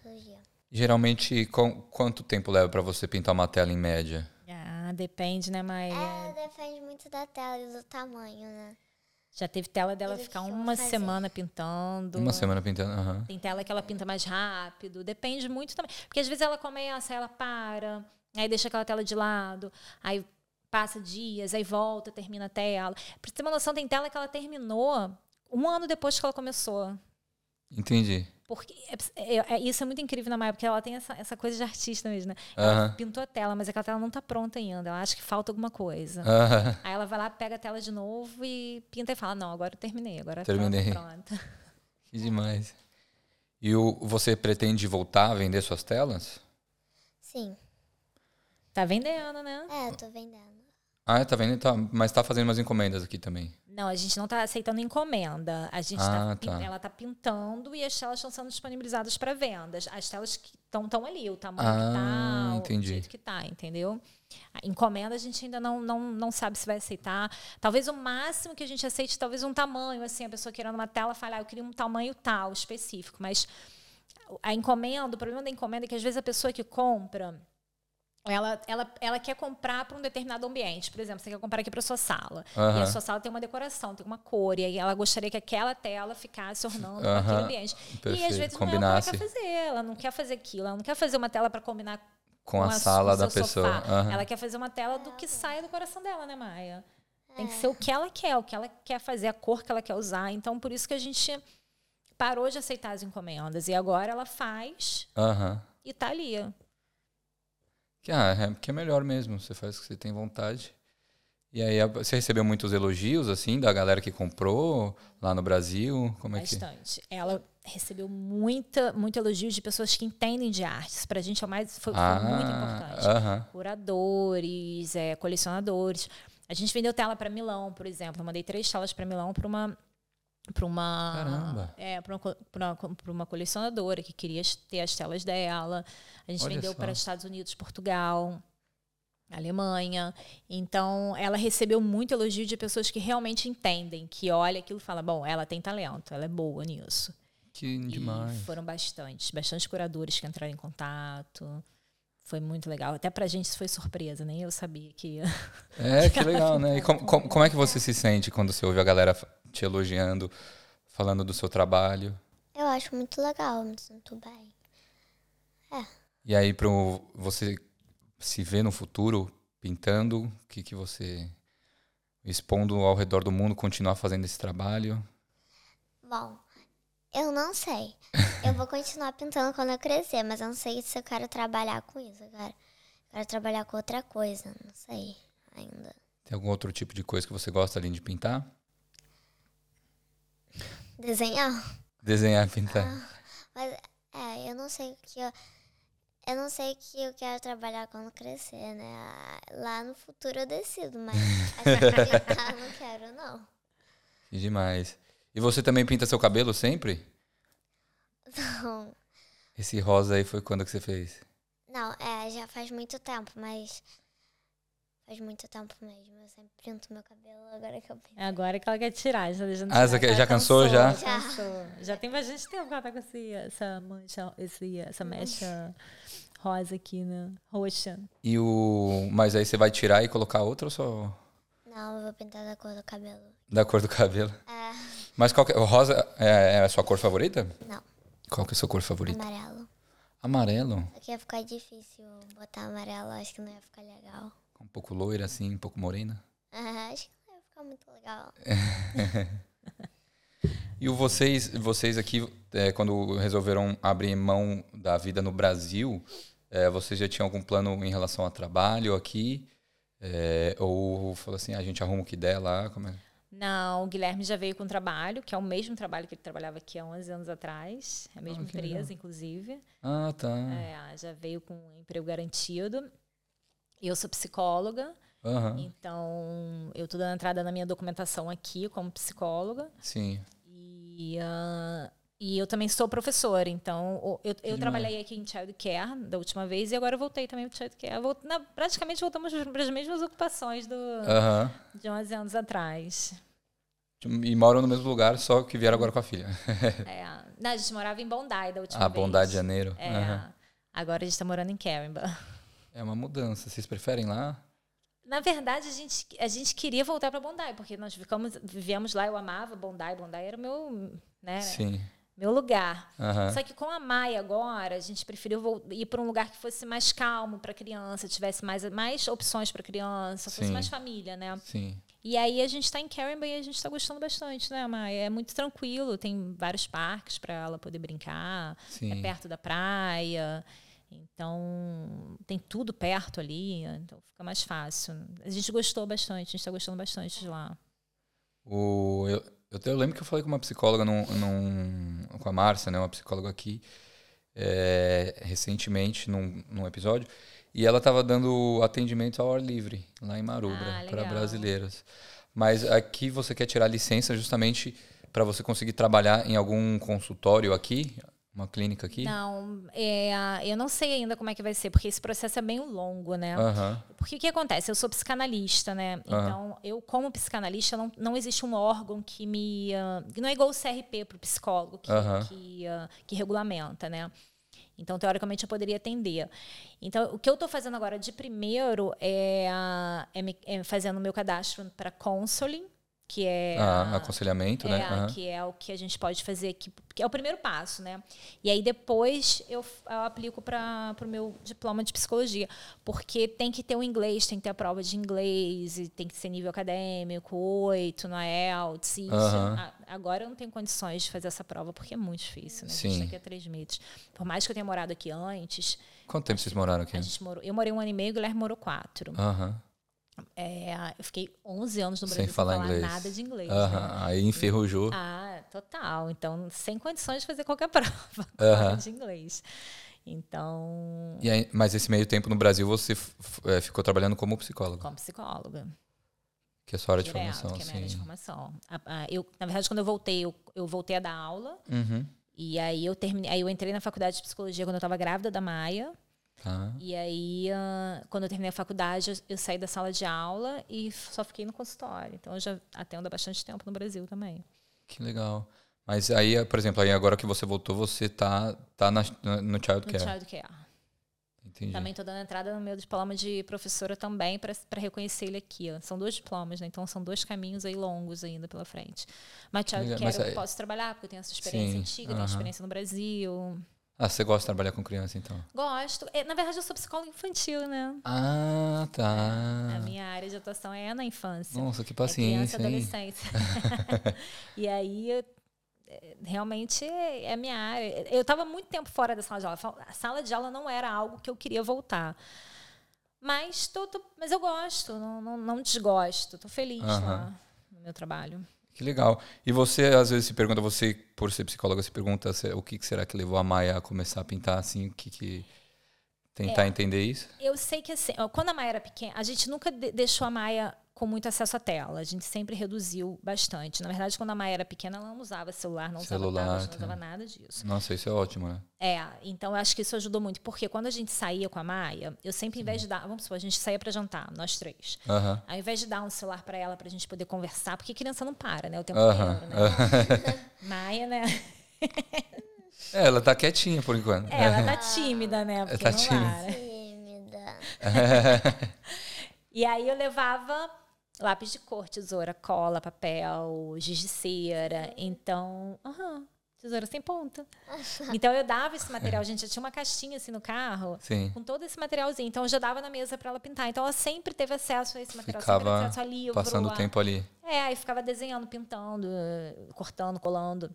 [SPEAKER 3] todo dia.
[SPEAKER 1] Geralmente, com- quanto tempo leva para você pintar uma tela em média?
[SPEAKER 2] Ah, depende, né, Maia?
[SPEAKER 3] Ela É, depende muito da tela e do tamanho, né?
[SPEAKER 2] Já teve tela dela
[SPEAKER 3] Eles
[SPEAKER 2] ficar
[SPEAKER 3] vão
[SPEAKER 2] uma
[SPEAKER 3] fazer.
[SPEAKER 2] semana pintando.
[SPEAKER 1] Uma semana pintando? Aham.
[SPEAKER 2] Tem tela que ela pinta mais rápido. Depende muito também. Porque às vezes ela começa, aí ela para, aí deixa aquela tela de lado, aí passa dias, aí volta, termina a tela. Pra você ter uma noção, tem tela que ela terminou um ano depois que ela começou.
[SPEAKER 1] Entendi.
[SPEAKER 2] Porque é- é- é- isso é muito incrível na Maia, porque ela tem essa, essa coisa de artista mesmo, né? Ela
[SPEAKER 1] Aham.
[SPEAKER 2] pintou a tela, mas aquela tela não tá pronta ainda. Ela acha que falta alguma coisa.
[SPEAKER 1] Aham.
[SPEAKER 2] Aí ela vai lá, pega a tela de novo e pinta e fala: Não, agora eu terminei, agora
[SPEAKER 1] Terminei.
[SPEAKER 2] tá pronta.
[SPEAKER 1] Que demais. E o, você pretende voltar a vender suas telas?
[SPEAKER 3] Sim.
[SPEAKER 2] Tá vendendo, né?
[SPEAKER 3] É, eu tô vendendo.
[SPEAKER 1] Ah, tá vendendo, tá, mas tá fazendo umas encomendas aqui também.
[SPEAKER 2] Não, a gente não tá aceitando encomenda. A gente tá
[SPEAKER 1] Ah,
[SPEAKER 2] pin-
[SPEAKER 1] tá.
[SPEAKER 2] ela tá pintando e as telas estão sendo disponibilizadas para vendas. As telas que estão tão ali, o tamanho que
[SPEAKER 1] Ah,
[SPEAKER 2] tá,
[SPEAKER 1] entendi.
[SPEAKER 2] o jeito que tá, entendeu? A encomenda a gente ainda não, não, não sabe se vai aceitar. Talvez o máximo que a gente aceite, talvez um tamanho, assim, a pessoa querendo uma tela falar, ah, eu queria um tamanho tal, específico, mas a encomenda, o problema da encomenda é que às vezes a pessoa que compra ela, ela, ela quer comprar para um determinado ambiente. Por exemplo, você quer comprar aqui para sua sala. E
[SPEAKER 1] Aham.
[SPEAKER 2] a sua sala tem uma decoração, tem uma cor. E aí ela gostaria que aquela tela ficasse ornando com aquele
[SPEAKER 1] Aham.
[SPEAKER 2] ambiente. E
[SPEAKER 1] Perfeito.
[SPEAKER 2] às vezes não é o que
[SPEAKER 1] Combinasse
[SPEAKER 2] ela quer fazer. Ela não quer fazer aquilo. Ela não quer fazer uma tela para combinar
[SPEAKER 1] com a
[SPEAKER 2] com
[SPEAKER 1] sala
[SPEAKER 2] com
[SPEAKER 1] da
[SPEAKER 2] o seu
[SPEAKER 1] pessoa.
[SPEAKER 2] sofá.
[SPEAKER 1] Aham.
[SPEAKER 2] Ela quer fazer uma tela do que sai do coração dela, né, Maia? Tem que ser o que ela quer, o que ela quer fazer, a cor que ela quer usar. Então, por isso que a gente parou de aceitar as encomendas. E agora ela faz
[SPEAKER 1] Aham.
[SPEAKER 2] e tá ali.
[SPEAKER 1] Que, ah, é, que é melhor mesmo, você faz o que você tem vontade. E aí, a- você recebeu muitos elogios, assim, da galera que comprou lá no Brasil? Como é que...
[SPEAKER 2] Bastante. Ela recebeu muita, muito elogios de pessoas que entendem de artes. Pra gente é o mais, foi, foi
[SPEAKER 1] Ah,
[SPEAKER 2] muito importante.
[SPEAKER 1] Aham.
[SPEAKER 2] Curadores, é, colecionadores. A gente vendeu tela para Milão, por exemplo. Eu mandei três telas para Milão para uma para uma
[SPEAKER 1] Caramba.
[SPEAKER 2] é, para uma, co- pra uma co- pra uma colecionadora que queria as- ter as telas dela. A gente
[SPEAKER 1] Olha
[SPEAKER 2] vendeu
[SPEAKER 1] só.
[SPEAKER 2] para Estados Unidos, Portugal, Alemanha. Então, ela recebeu muito elogio de pessoas que realmente entendem, que olha aquilo e fala, bom, ela tem talento, ela é boa nisso.
[SPEAKER 1] Que
[SPEAKER 2] E
[SPEAKER 1] demais.
[SPEAKER 2] foram bastantes, bastante curadores que entraram em contato. Foi muito legal. Até pra gente isso foi surpresa, nem eu sabia que ia.
[SPEAKER 1] É, que legal, né? E como, como, como é que você se sente quando você ouve a galera fa- te elogiando, falando do seu trabalho?
[SPEAKER 3] Eu acho muito legal, me sinto bem.
[SPEAKER 1] E aí, para você se ver no futuro pintando, o que, que você expondo ao redor do mundo, continuar fazendo esse trabalho?
[SPEAKER 3] Bom, eu não sei. Eu vou continuar pintando quando eu crescer, mas eu não sei se eu quero trabalhar com isso. Eu quero, quero trabalhar com outra coisa, não sei ainda.
[SPEAKER 1] Tem algum outro tipo de coisa que você gosta além de pintar?
[SPEAKER 3] Desenhar.
[SPEAKER 1] Desenhar,
[SPEAKER 3] Ah.
[SPEAKER 1] pintar.
[SPEAKER 3] Mas é, eu não sei o que eu, eu não sei o que eu quero trabalhar quando crescer, né? Ah, Lá no futuro eu decido, mas agora eu não quero não.
[SPEAKER 1] Que demais. E você também pinta seu cabelo sempre?
[SPEAKER 3] Então,
[SPEAKER 1] Esse rosa aí foi quando que você fez?
[SPEAKER 3] não, é, já faz muito tempo, mas faz muito tempo mesmo. Eu sempre pinto meu cabelo agora que eu pinto.
[SPEAKER 2] É agora que ela quer tirar. Já, já,
[SPEAKER 1] Ah, você quer- já cansou, já?
[SPEAKER 2] Já. cansou. Já tem bastante tempo que ela tá com esse- essa mancha, esse, essa mecha rosa aqui, né? Roxa.
[SPEAKER 1] E o. Mas aí você vai tirar e colocar outra ou só
[SPEAKER 3] Não, eu vou pintar da cor do cabelo.
[SPEAKER 1] da cor do cabelo?
[SPEAKER 3] É,
[SPEAKER 1] Mas qual que... o rosa é é a sua cor favorita?
[SPEAKER 3] não,
[SPEAKER 1] Qual que é a sua cor favorita?
[SPEAKER 3] amarelo.
[SPEAKER 1] Amarelo.
[SPEAKER 3] Aqui ia ficar difícil botar amarelo, acho que não ia ficar legal.
[SPEAKER 1] Um pouco loira, assim, um pouco morena.
[SPEAKER 3] Ah, acho que não ia ficar muito legal.
[SPEAKER 1] E o vocês, vocês aqui, é, quando resolveram abrir mão da vida no Brasil, é, vocês já tinham algum plano em relação a trabalho aqui? É, ou falou assim, "Ah, a gente arruma o que der lá? Como é?
[SPEAKER 2] Não, o Guilherme já veio com trabalho, que é o mesmo trabalho que ele trabalhava aqui há 11 anos atrás. É a mesma
[SPEAKER 1] Ah, que legal.
[SPEAKER 2] empresa, inclusive.
[SPEAKER 1] Ah, tá.
[SPEAKER 2] É, já veio com emprego garantido. Eu sou psicóloga,
[SPEAKER 1] Aham,
[SPEAKER 2] então eu tô dando entrada na minha documentação aqui como psicóloga.
[SPEAKER 1] Sim.
[SPEAKER 2] E, ah, e eu também sou professora, então o- eu, eu
[SPEAKER 1] demais.
[SPEAKER 2] trabalhei aqui em Child Care da última vez e agora eu voltei também para Child Care. Volt- na- praticamente voltamos para as mesmas ocupações do,
[SPEAKER 1] Aham.
[SPEAKER 2] de 11 anos atrás.
[SPEAKER 1] E moram no mesmo lugar, só que vieram agora com a filha.
[SPEAKER 2] É, não, a gente morava em Bondi da última
[SPEAKER 1] ah,
[SPEAKER 2] vez.
[SPEAKER 1] Bondade de Janeiro.
[SPEAKER 2] É,
[SPEAKER 1] Aham.
[SPEAKER 2] Agora a gente está morando em Carimba.
[SPEAKER 1] É uma mudança. Vocês preferem lá?
[SPEAKER 2] Na verdade, a gente, a gente queria voltar para Bondi, porque nós ficamos, vivemos lá, eu amava Bondi, Bondi era o meu, né,
[SPEAKER 1] Sim.
[SPEAKER 2] meu lugar.
[SPEAKER 1] Aham.
[SPEAKER 2] Só que com a Maia agora, a gente preferiu vol- ir para um lugar que fosse mais calmo para criança, tivesse mais, mais opções para criança, fosse
[SPEAKER 1] Sim.
[SPEAKER 2] mais família, né?
[SPEAKER 1] Sim.
[SPEAKER 2] E aí a gente está em Carimba e a gente está gostando bastante, né, Maia? É muito tranquilo, tem vários parques para ela poder brincar,
[SPEAKER 1] Sim.
[SPEAKER 2] é perto da praia. Então, tem tudo perto ali, então fica mais fácil. A gente gostou bastante, a gente está gostando bastante de lá.
[SPEAKER 1] O, eu, eu, te- eu lembro que eu falei com uma psicóloga num, num- com a Márcia, né, uma psicóloga aqui, é, recentemente, num, num episódio, e ela estava dando atendimento ao ar livre, lá em Marubra,
[SPEAKER 2] Ah,
[SPEAKER 1] para
[SPEAKER 2] legal.
[SPEAKER 1] brasileiros. Mas aqui você quer tirar licença justamente para você conseguir trabalhar em algum consultório aqui, uma clínica aqui?
[SPEAKER 2] Não, é, eu não sei ainda como é que vai ser, porque esse processo é bem longo, né?
[SPEAKER 1] Aham,
[SPEAKER 2] Porque o que acontece? Eu sou psicanalista, né? Então, eu, como psicanalista, não, não existe um órgão que me. ah, que não é igual o CRP para o psicólogo que,
[SPEAKER 1] Aham.
[SPEAKER 2] que, ah, que regulamenta, né? Então, teoricamente, eu poderia atender. Então, o que eu estou fazendo agora de primeiro é, ah, é, me- é fazendo o meu cadastro para counseling, que é.
[SPEAKER 1] Ah,
[SPEAKER 2] a-
[SPEAKER 1] aconselhamento,
[SPEAKER 2] é,
[SPEAKER 1] né? Aham.
[SPEAKER 2] que é o que a gente pode fazer aqui, que é o primeiro passo, né? E aí depois eu, f- eu aplico para o meu diploma de psicologia, porque tem que ter o inglês, tem que ter a prova de inglês, e tem que ser nível acadêmico, oito na IELTS. isso.
[SPEAKER 1] Aham.
[SPEAKER 2] A- Agora eu não tenho condições de fazer essa prova, porque é muito difícil, né? A gente
[SPEAKER 1] Sim.
[SPEAKER 2] tá aqui há três meses. Por mais que eu tenha morado aqui antes,
[SPEAKER 1] Quanto tempo vocês moraram aqui?
[SPEAKER 2] a gente morou, eu morei um ano e meio, o Guilherme morou quatro.
[SPEAKER 1] Aham.
[SPEAKER 2] É, eu fiquei 11 anos no
[SPEAKER 1] Sem
[SPEAKER 2] Brasil
[SPEAKER 1] falar inglês.
[SPEAKER 2] nada de inglês. né?
[SPEAKER 1] Aham. Aí enferrujou.
[SPEAKER 2] Ah, total. Então, sem condições de fazer qualquer prova agora
[SPEAKER 1] Aham.
[SPEAKER 2] de inglês. Então,
[SPEAKER 1] E aí- mas esse meio tempo no Brasil você f- f- eh, ficou trabalhando como psicólogo,
[SPEAKER 2] como psicóloga,
[SPEAKER 1] que é a sua área de
[SPEAKER 2] direto,
[SPEAKER 1] formação,
[SPEAKER 2] que é minha área de
[SPEAKER 1] assim.
[SPEAKER 2] formação. A- a- eu, na verdade, quando eu voltei, eu, eu voltei a dar aula.
[SPEAKER 1] Uhum,
[SPEAKER 2] E aí eu terminei, aí eu entrei na faculdade de psicologia quando eu estava grávida da Maia.
[SPEAKER 1] tá.
[SPEAKER 2] E aí, ah, quando eu terminei a faculdade, eu, eu saí da sala de aula e f- só fiquei no consultório. Então, eu já atendo há bastante tempo no Brasil também.
[SPEAKER 1] Que legal. Mas aí, eh, por exemplo, aí agora que você voltou, você tá, tá na, no child
[SPEAKER 2] no
[SPEAKER 1] care.
[SPEAKER 2] child care.
[SPEAKER 1] Entendi.
[SPEAKER 2] Também estou dando entrada no meu diploma de professora também para reconhecer ele aqui. ó. São dois diplomas, né? Então são dois caminhos aí longos ainda pela frente. Mas
[SPEAKER 1] Legal,
[SPEAKER 2] childcare
[SPEAKER 1] mas
[SPEAKER 2] eu
[SPEAKER 1] aí-
[SPEAKER 2] posso trabalhar, porque eu tenho essa experiência
[SPEAKER 1] Sim,
[SPEAKER 2] antiga, tenho
[SPEAKER 1] aham.
[SPEAKER 2] experiência no Brasil.
[SPEAKER 1] Ah, você gosta de trabalhar com criança, então?
[SPEAKER 2] Gosto. É, na verdade, eu sou psicóloga infantil, né?
[SPEAKER 1] Ah, tá.
[SPEAKER 2] É, A minha área de atuação é na infância.
[SPEAKER 1] Nossa, que
[SPEAKER 2] É criança
[SPEAKER 1] paciência,
[SPEAKER 2] e
[SPEAKER 1] hein?
[SPEAKER 2] adolescência. e aí, eu- é, realmente é a minha área. Eu estava muito tempo fora da sala de aula. Fal- A sala de aula não era algo que eu queria voltar. Mas, tô, tô- mas eu gosto, não, não, não desgosto. Estou feliz lá
[SPEAKER 1] Aham.
[SPEAKER 2] no meu trabalho.
[SPEAKER 1] Que legal. E você, às vezes, se pergunta, você, por ser psicóloga, se pergunta se- o que que será que levou a Maia a começar a pintar assim, o que que...
[SPEAKER 2] É.
[SPEAKER 1] Tentar entender isso?
[SPEAKER 2] Eu sei que assim, ó, quando a Maia era pequena, a gente nunca de- deixou a Maia com muito acesso à tela. A gente sempre reduziu bastante. Na verdade, quando a Maia era pequena, ela não usava celular, não
[SPEAKER 1] Celular,
[SPEAKER 2] usava tablet,
[SPEAKER 1] tá.
[SPEAKER 2] não usava nada disso.
[SPEAKER 1] Nossa, isso é ótimo, né?
[SPEAKER 2] É, então eu acho que isso ajudou muito, porque quando a gente saía com a Maia, eu sempre, em vez de dar, vamos supor, a gente saía pra jantar, nós três.
[SPEAKER 1] Aham.
[SPEAKER 2] Ao invés de dar um celular pra ela pra gente poder conversar, porque criança não para, né? O tempo
[SPEAKER 1] Aham.
[SPEAKER 2] inteiro, né? Maia, né?
[SPEAKER 1] É, ela tá quietinha por enquanto.
[SPEAKER 2] É, ela tá tímida, né? Porque
[SPEAKER 1] tá
[SPEAKER 2] não
[SPEAKER 1] tímida.
[SPEAKER 2] para.
[SPEAKER 3] Tímida.
[SPEAKER 2] E aí eu levava lápis de cor, tesoura, cola, papel, giz de cera. Então, aham, tesoura sem ponta. Então eu dava esse material, gente, eu tinha uma caixinha assim no carro.
[SPEAKER 1] Sim.
[SPEAKER 2] com todo esse materialzinho. Então eu já dava na mesa para ela pintar. Então ela sempre teve acesso a esse material, sempre teve
[SPEAKER 1] Ficava
[SPEAKER 2] acesso a livro.
[SPEAKER 1] passando
[SPEAKER 2] a-
[SPEAKER 1] o tempo ali.
[SPEAKER 2] É, aí ficava desenhando, pintando, eh, cortando, colando.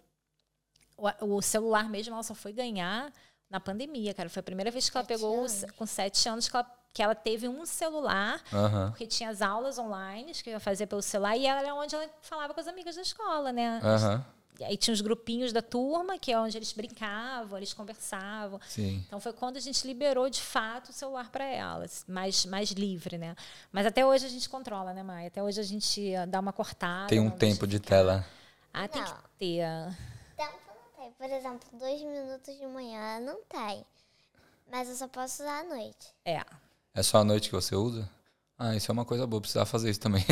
[SPEAKER 2] O, o celular mesmo ela só foi ganhar na pandemia, cara. Foi a primeira vez que ela
[SPEAKER 3] Sete
[SPEAKER 2] pegou
[SPEAKER 3] anos.
[SPEAKER 2] o ce- com sete anos que ela, que ela teve um celular.
[SPEAKER 1] Aham.
[SPEAKER 2] Porque tinha as aulas online que eu fazia pelo celular e era onde ela falava com as amigas da escola, né?
[SPEAKER 1] Aham.
[SPEAKER 2] E Aí tinha os grupinhos da turma, que é onde eles brincavam, eles conversavam.
[SPEAKER 1] Sim.
[SPEAKER 2] Então foi quando a gente liberou de fato o celular para elas, mais, mais livre, né? Mas até hoje a gente controla, né, Maia? Até hoje a gente ah, dá uma cortada.
[SPEAKER 1] Tem um
[SPEAKER 2] não deixa
[SPEAKER 1] tempo de
[SPEAKER 2] ficar.
[SPEAKER 1] tela.
[SPEAKER 2] Ah, tem
[SPEAKER 3] Não.
[SPEAKER 2] que ter.
[SPEAKER 3] Tempo Então, não tem. Por exemplo, dois minutos de manhã não tem. Mas eu só posso usar à noite.
[SPEAKER 2] É.
[SPEAKER 1] É só a noite que você usa? Ah, isso é uma coisa boa, precisava fazer isso também.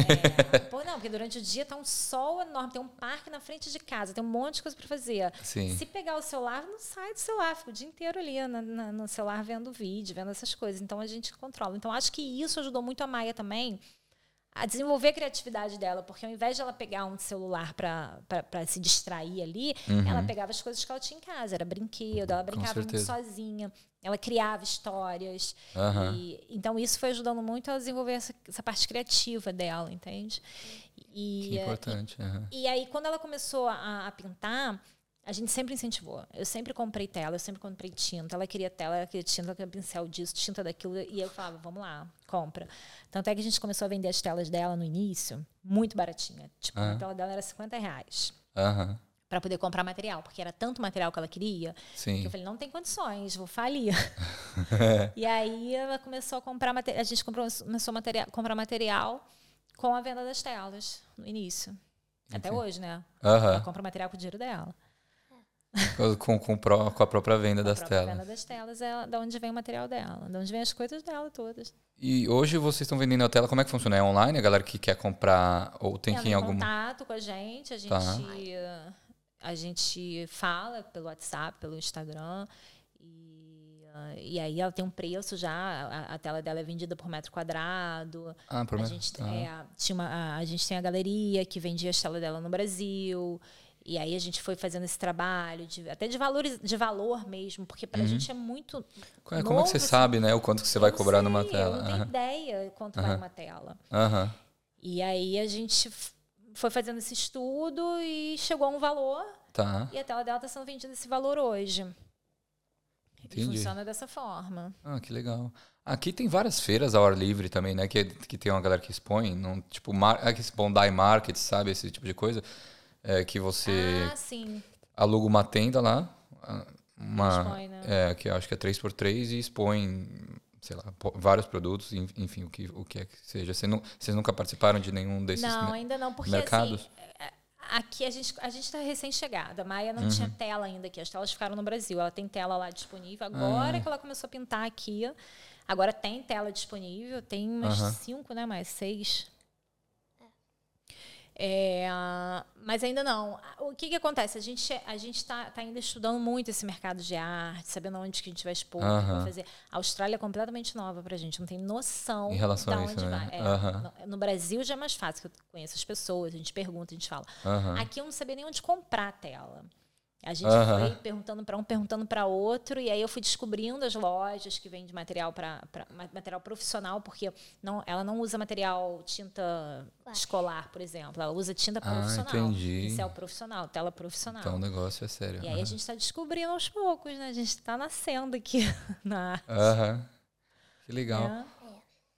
[SPEAKER 2] é. Pô, não, porque durante o dia tá um sol enorme, tem um parque na frente de casa, tem um monte de coisa para fazer.
[SPEAKER 1] Sim.
[SPEAKER 2] Se pegar o celular, não sai do celular, fica o dia inteiro ali na- na- no celular vendo vídeo, vendo essas coisas. Então a gente controla. Então acho que isso ajudou muito a Maia também a desenvolver a criatividade dela, porque ao invés de ela pegar um celular para se distrair ali, ela pegava as coisas que ela tinha em casa, era brinquedo, ela brincava muito
[SPEAKER 1] Uhum. certeza.
[SPEAKER 2] sozinha, ela criava histórias.
[SPEAKER 1] Aham.
[SPEAKER 2] E- então isso foi ajudando muito a desenvolver essa, essa parte criativa dela, entende? E,
[SPEAKER 1] Que
[SPEAKER 2] eh,
[SPEAKER 1] importante. aham.
[SPEAKER 2] e aí, quando ela começou a, a pintar, a gente sempre incentivou. Eu sempre comprei tela, eu sempre comprei tinta. Ela queria tela, ela queria tinta, ela queria pincel disso, tinta daquilo. E eu falava, vamos lá, compra. Tanto é que a gente começou a vender as telas dela no início, muito baratinha. Tipo, a
[SPEAKER 1] Ah.
[SPEAKER 2] tela dela era 50 reais
[SPEAKER 1] Aham.
[SPEAKER 2] para poder comprar material, porque era tanto material que ela queria, que
[SPEAKER 1] Sim.
[SPEAKER 2] eu falei, não tem condições, vou falir. e aí ela começou a comprar material, a gente comprou, começou a materia- comprar material com a venda das telas no início. Até
[SPEAKER 1] Entendi.
[SPEAKER 2] hoje, né? Ela
[SPEAKER 1] Aham.
[SPEAKER 2] compra o material com o dinheiro dela.
[SPEAKER 1] Com, com, o pró- com a própria venda das
[SPEAKER 2] a própria
[SPEAKER 1] telas.
[SPEAKER 2] venda das telas é da onde vem o material dela, da onde vem as coisas dela todas.
[SPEAKER 1] E hoje vocês estão vendendo a tela, como é que funciona? É online? A galera que quer comprar ou tem
[SPEAKER 2] Entra
[SPEAKER 1] que ir em
[SPEAKER 2] em
[SPEAKER 1] algum.
[SPEAKER 2] contato com a gente, a gente,
[SPEAKER 1] Tá.
[SPEAKER 2] eh, a gente fala pelo WhatsApp, pelo Instagram. E, eh, e aí ela tem um preço já, a, a tela dela é vendida por metro quadrado.
[SPEAKER 1] Ah,
[SPEAKER 2] A
[SPEAKER 1] problema.
[SPEAKER 2] gente,
[SPEAKER 1] Ah,
[SPEAKER 2] é, tinha uma- a, a gente tem a galeria que vendia a tela dela no Brasil. E aí a gente foi fazendo esse trabalho, de- até de, valores, de valor mesmo, porque pra gente é
[SPEAKER 1] Como
[SPEAKER 2] muito.
[SPEAKER 1] Uhum. é- Como é que
[SPEAKER 2] novo,
[SPEAKER 1] você
[SPEAKER 2] assim,
[SPEAKER 1] sabe, né? O quanto que você vai
[SPEAKER 2] Eu não
[SPEAKER 1] cobrar
[SPEAKER 2] sei,
[SPEAKER 1] numa
[SPEAKER 2] Eu
[SPEAKER 1] tela?
[SPEAKER 2] não tenho
[SPEAKER 1] Aham.
[SPEAKER 2] ideia quanto vai
[SPEAKER 1] Aham.
[SPEAKER 2] uma tela.
[SPEAKER 1] Aham.
[SPEAKER 2] E aí a gente f- foi fazendo esse estudo e chegou a um valor
[SPEAKER 1] Tá.
[SPEAKER 2] e a tela dela está sendo vendida esse valor hoje. E
[SPEAKER 1] Entendi.
[SPEAKER 2] funciona dessa forma.
[SPEAKER 1] Ah, que legal. Aqui tem várias feiras ao ar livre também, né? Que, que tem uma galera que expõe, não, tipo, mar, aqueles Bondi Market, sabe? Esse tipo de coisa. É, que você
[SPEAKER 2] Ah, sim.
[SPEAKER 1] aluga uma tenda lá, ah, uma,
[SPEAKER 2] Expõe, né?
[SPEAKER 1] é, que acho que é 3x3 e expõe, sei lá, po- vários produtos, en- enfim, o que, o que é que seja. Você nu- Vocês nunca participaram de nenhum desses,
[SPEAKER 2] Não,
[SPEAKER 1] né?
[SPEAKER 2] ainda não, porque
[SPEAKER 1] mercados?
[SPEAKER 2] assim. é, Aqui a gente a gente está recém-chegada. A Maia
[SPEAKER 1] Uhum.
[SPEAKER 2] não tinha tela ainda aqui. As telas ficaram no Brasil. Ela tem tela lá
[SPEAKER 1] Ah.
[SPEAKER 2] disponível. Agora que ela começou a pintar aqui. Agora tem tela disponível. Tem umas
[SPEAKER 1] Aham.
[SPEAKER 2] cinco, né? Mais seis. É, mas ainda não. O que, que acontece? A gente a gente está tá ainda estudando muito esse mercado de arte, sabendo onde que a gente vai expor, o que que vai
[SPEAKER 1] Aham.
[SPEAKER 2] fazer. A Austrália é completamente nova para a gente, não tem noção
[SPEAKER 1] Em relação
[SPEAKER 2] da
[SPEAKER 1] a
[SPEAKER 2] onde
[SPEAKER 1] isso, né?
[SPEAKER 2] vai. É,
[SPEAKER 1] Aham.
[SPEAKER 2] no, no Brasil já é mais fácil, que eu conheço as pessoas, a gente pergunta, a gente fala.
[SPEAKER 1] Aham.
[SPEAKER 2] Aqui eu não sabia nem onde comprar a tela. A gente
[SPEAKER 1] Aham.
[SPEAKER 2] foi perguntando para um, perguntando para outro, e aí eu fui descobrindo as lojas que vendem material para material profissional, porque não, ela não usa material tinta escolar, por exemplo. Ela usa tinta
[SPEAKER 1] Ah,
[SPEAKER 2] profissional.
[SPEAKER 1] entendi.
[SPEAKER 2] Pincel profissional, tela profissional.
[SPEAKER 1] Então o negócio é sério.
[SPEAKER 2] e aí a gente está descobrindo aos poucos, né? A gente está nascendo aqui na arte.
[SPEAKER 1] Aham. Que legal.
[SPEAKER 2] né?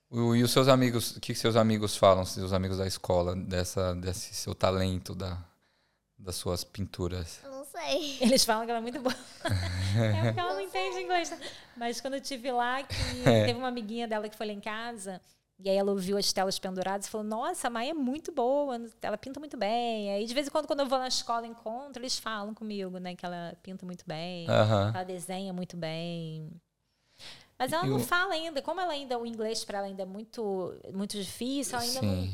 [SPEAKER 1] O- E os seus amigos, o que que seus amigos falam, seus amigos da escola, dessa, desse seu talento, da, das suas pinturas?
[SPEAKER 3] Eu não sei.
[SPEAKER 2] Eles falam que ela é muito boa. é porque ela não entende inglês. né? Mas quando eu tive lá, que
[SPEAKER 1] É.
[SPEAKER 2] teve uma amiguinha dela que foi lá em casa, e aí ela ouviu as telas penduradas e falou: Nossa, a Maia é muito boa, ela pinta muito bem. Aí de vez em quando, quando eu vou na escola e encontro, eles falam comigo, né, que ela pinta muito bem,
[SPEAKER 1] Aham.
[SPEAKER 2] ela desenha muito bem. Mas ela
[SPEAKER 1] E
[SPEAKER 2] não
[SPEAKER 1] o-
[SPEAKER 2] fala ainda, como ela ainda, o inglês para ela ainda é muito, muito difícil, ela ainda não,
[SPEAKER 1] Sim.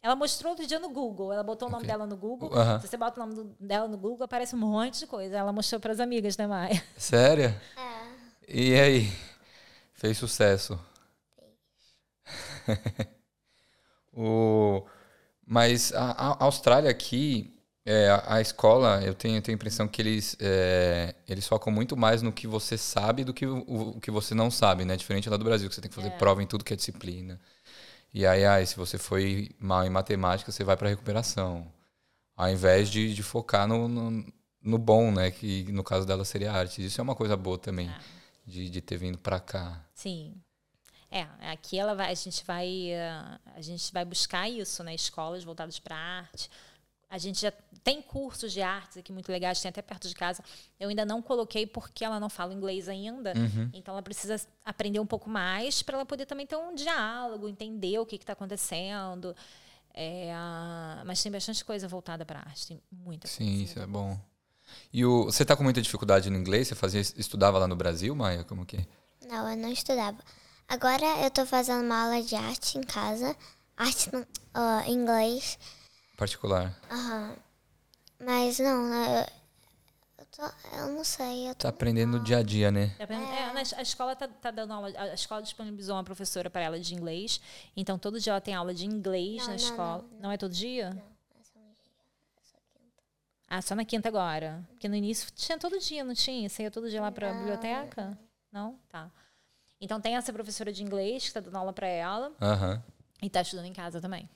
[SPEAKER 2] ela mostrou outro dia no Google. Ela botou o nome
[SPEAKER 1] Ok.
[SPEAKER 2] dela no Google.
[SPEAKER 1] Aham.
[SPEAKER 2] Se você bota o nome do- dela no Google, aparece um monte de coisa. Ela mostrou para as amigas, né, Maia?
[SPEAKER 1] Sério?
[SPEAKER 3] É,
[SPEAKER 1] E aí? Fez sucesso. o... Mas a, a- a Austrália aqui, é, a, a escola, eu tenho, eu tenho a impressão que eles, é, eles focam muito mais no que você sabe do que o, o que você não sabe, né? Diferente lá do Brasil, que você tem que fazer prova em tudo que é disciplina. E aí, ai, se você foi mal em matemática, você vai para recuperação. Ao invés de, de focar no, no, no bom, né? Que no caso dela seria a arte. Isso é uma coisa boa também de, de ter vindo pra cá.
[SPEAKER 2] Sim. É, aqui ela vai, a gente vai, eh, a gente vai buscar isso, né? Escolas voltadas para arte. A gente já tem cursos de artes aqui muito legais, tem até perto de casa. Eu ainda não coloquei porque ela não fala inglês ainda. Então ela precisa aprender um pouco mais para ela poder também ter um diálogo, entender o que está acontecendo. É, ah, mas tem bastante coisa voltada para arte, tem muita
[SPEAKER 1] Sim,
[SPEAKER 2] coisa.
[SPEAKER 1] isso é bom. E o, você tá com muita dificuldade no inglês? Você fazia, estudava lá no Brasil, Maia? Como que? é?
[SPEAKER 3] não, eu não estudava. Agora eu tô fazendo uma aula de arte em casa. Arte não, ó, inglês.
[SPEAKER 1] Particular.
[SPEAKER 3] Aham. Mas não, né, eu, eu, tô- eu não sei. Eu tô,
[SPEAKER 1] Tá aprendendo no dia a dia, né?
[SPEAKER 2] Tá aprendendo- é, na es- a escola tá, tá dando aula, a a escola disponibilizou uma professora para ela de inglês, então todo dia ela tem aula de inglês
[SPEAKER 3] Não,
[SPEAKER 2] na
[SPEAKER 3] não,
[SPEAKER 2] escola. Não,
[SPEAKER 3] não,
[SPEAKER 2] é todo dia?
[SPEAKER 3] é só um dia, é só quinta.
[SPEAKER 2] Ah, só na quinta agora. Porque no início tinha todo dia, não tinha? Você ia todo dia lá para a biblioteca? Não? Tá. Então tem essa professora de inglês que tá dando aula para ela
[SPEAKER 1] Aham.
[SPEAKER 2] e tá estudando em casa também.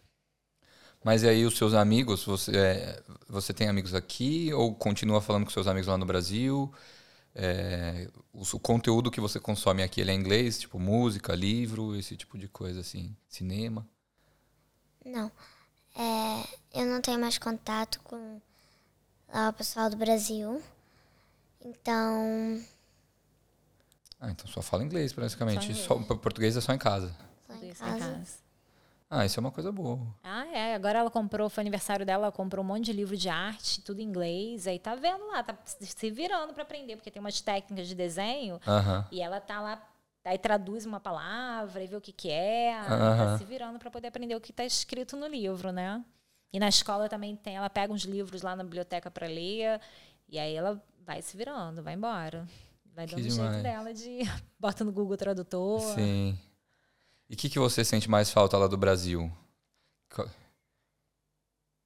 [SPEAKER 1] Mas e aí, os seus amigos, você, é, você tem amigos aqui ou continua falando com seus amigos lá no Brasil? É, o, su- conteúdo que você consome aqui, ele é inglês? Tipo, música, livro, esse tipo de coisa, assim. Cinema?
[SPEAKER 3] Não. É, eu não tenho mais contato com ah, o pessoal do Brasil. Então,
[SPEAKER 1] Ah, então só fala inglês, praticamente.
[SPEAKER 2] inglês.
[SPEAKER 1] Só português é só em casa.
[SPEAKER 3] só
[SPEAKER 2] Tudo
[SPEAKER 3] em
[SPEAKER 2] isso em
[SPEAKER 3] casa.
[SPEAKER 2] casa.
[SPEAKER 1] Ah, isso é uma coisa boa.
[SPEAKER 2] Ah, é. Agora ela comprou, foi aniversário dela, ela comprou um monte de livro de arte, tudo em inglês. Aí tá vendo lá, tá se virando para aprender, porque tem umas técnicas de desenho
[SPEAKER 1] Aham.
[SPEAKER 2] E ela tá lá, aí traduz uma palavra e vê o que que é, tá
[SPEAKER 1] Aham.
[SPEAKER 2] se virando para poder aprender o que tá escrito no livro, né? E na escola também tem, ela pega uns livros lá na biblioteca para ler, e aí ela vai se virando, vai embora. Vai
[SPEAKER 1] Que
[SPEAKER 2] dando o jeito
[SPEAKER 1] demais.
[SPEAKER 2] dela de bota no Google Tradutor.
[SPEAKER 1] Sim. E o que, que você sente mais falta lá do Brasil? Co-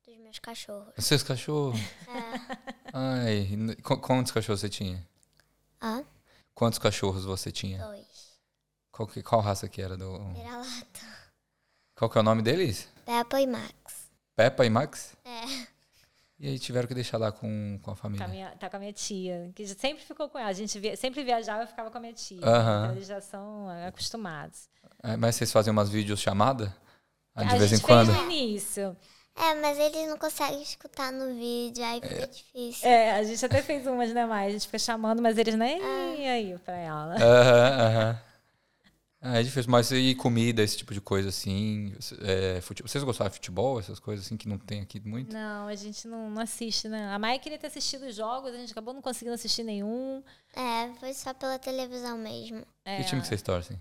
[SPEAKER 3] Dos meus cachorros.
[SPEAKER 1] Os seus cachorros?
[SPEAKER 3] É.
[SPEAKER 1] Ai, n- qu- quantos cachorros você tinha?
[SPEAKER 3] Ah,
[SPEAKER 1] Quantos cachorros você tinha?
[SPEAKER 3] dois.
[SPEAKER 1] Qual, que- qual raça que era? Do...
[SPEAKER 3] Vira-lata.
[SPEAKER 1] Qual que é o nome deles?
[SPEAKER 3] Peppa e Max.
[SPEAKER 1] Peppa e Max?
[SPEAKER 3] É.
[SPEAKER 1] E aí tiveram que deixar lá com, com a
[SPEAKER 2] Com a
[SPEAKER 1] família.
[SPEAKER 2] minha- tá com a minha tia, que já sempre ficou com ela. A gente via- sempre viajava e ficava com a minha tia.
[SPEAKER 1] Aham.
[SPEAKER 2] Então, Eles já são é, acostumados.
[SPEAKER 1] Ah, Mas vocês fazem umas videochamada? Ah, De
[SPEAKER 2] a
[SPEAKER 1] vez em
[SPEAKER 2] gente
[SPEAKER 1] quando?
[SPEAKER 2] fez né? no início.
[SPEAKER 3] É, mas eles não conseguem escutar no vídeo, aí fica difícil.
[SPEAKER 2] É, a gente até fez umas, né, mais? A gente fica chamando, mas eles nem aí pra ela.
[SPEAKER 1] É. Aham, aham. Ah, é difícil. Mas e comida, esse tipo de coisa assim? É, fute- Vocês gostavam de futebol, essas coisas assim que não tem aqui muito?
[SPEAKER 2] Não, a gente não, não assiste, né? A Maia queria ter assistido os jogos, a gente acabou não conseguindo assistir nenhum.
[SPEAKER 3] É, foi só pela televisão mesmo.
[SPEAKER 2] É,
[SPEAKER 1] Que time que vocês torcem?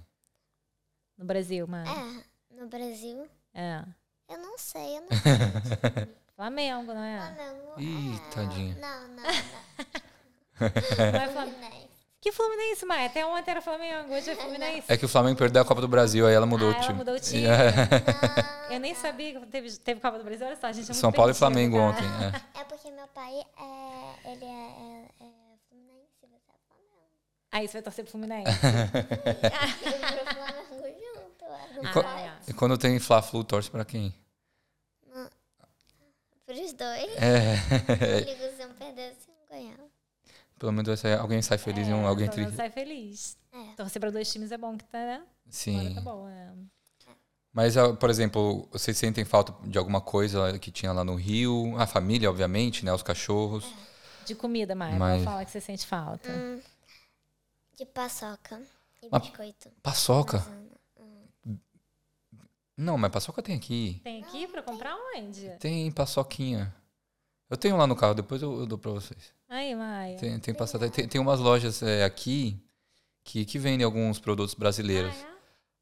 [SPEAKER 2] No Brasil, mas.
[SPEAKER 3] É, no Brasil.
[SPEAKER 2] É.
[SPEAKER 3] Eu Eu não sei, eu não sei.
[SPEAKER 2] Flamengo, não é?
[SPEAKER 3] Flamengo.
[SPEAKER 1] Ih,
[SPEAKER 3] é,
[SPEAKER 1] tadinha.
[SPEAKER 3] Não, não, né? não.
[SPEAKER 2] Não é Flamengo.
[SPEAKER 3] Fluminense.
[SPEAKER 2] Que Fluminense, Maia? Até ontem era Flamengo, hoje é Fluminense.
[SPEAKER 1] É que o Flamengo perdeu a Copa do Brasil, aí ela mudou o
[SPEAKER 2] Ah, ela
[SPEAKER 1] time.
[SPEAKER 2] mudou o time.
[SPEAKER 1] é.
[SPEAKER 2] Ah, Eu nem sabia que teve, teve Copa do Brasil. Olha só, a gente é muito né?
[SPEAKER 1] São Paulo e
[SPEAKER 2] perdida,
[SPEAKER 1] Flamengo
[SPEAKER 2] cara.
[SPEAKER 1] ontem. é.
[SPEAKER 3] É porque meu pai é. Ele é, é, é Fluminense, você é Flamengo.
[SPEAKER 2] Aí você vai torcer pro Fluminense.
[SPEAKER 3] Eu vou pro Flamengo junto. é, Não
[SPEAKER 1] E
[SPEAKER 2] Ah,
[SPEAKER 1] co-
[SPEAKER 3] pode.
[SPEAKER 1] E quando tem Fla-Flu, torce pra quem?
[SPEAKER 3] Pros dois.
[SPEAKER 1] É.
[SPEAKER 3] Ligo se um perder, se um ganhar.
[SPEAKER 1] Pelo menos vai sair- alguém sai feliz e um,
[SPEAKER 2] É,
[SPEAKER 1] alguém
[SPEAKER 2] pelo
[SPEAKER 1] triste.
[SPEAKER 2] menos sai feliz.
[SPEAKER 3] É.
[SPEAKER 2] Torcer pra dois times é bom que tá, né? Agora
[SPEAKER 1] Sim.
[SPEAKER 2] tá bom, né?
[SPEAKER 1] Mas, ah, por exemplo, vocês sentem falta de alguma coisa que tinha lá no Rio? A família, obviamente, né? Os cachorros.
[SPEAKER 2] De comida, Maia.
[SPEAKER 1] Mas-
[SPEAKER 2] Vou falar que você sente falta.
[SPEAKER 3] De paçoca e
[SPEAKER 1] Mas-
[SPEAKER 3] biscoito.
[SPEAKER 1] Paçoca.
[SPEAKER 3] Zana.
[SPEAKER 2] Hum.
[SPEAKER 1] Não, mas paçoca tem aqui.
[SPEAKER 2] Tem aqui pra comprar onde?
[SPEAKER 1] Tem paçoquinha. Eu tenho lá no carro, depois eu, eu dou pra vocês.
[SPEAKER 2] Aí, Maia.
[SPEAKER 1] Tem, tem, passata- tem, tem umas lojas é, aqui que, que vendem alguns produtos brasileiros.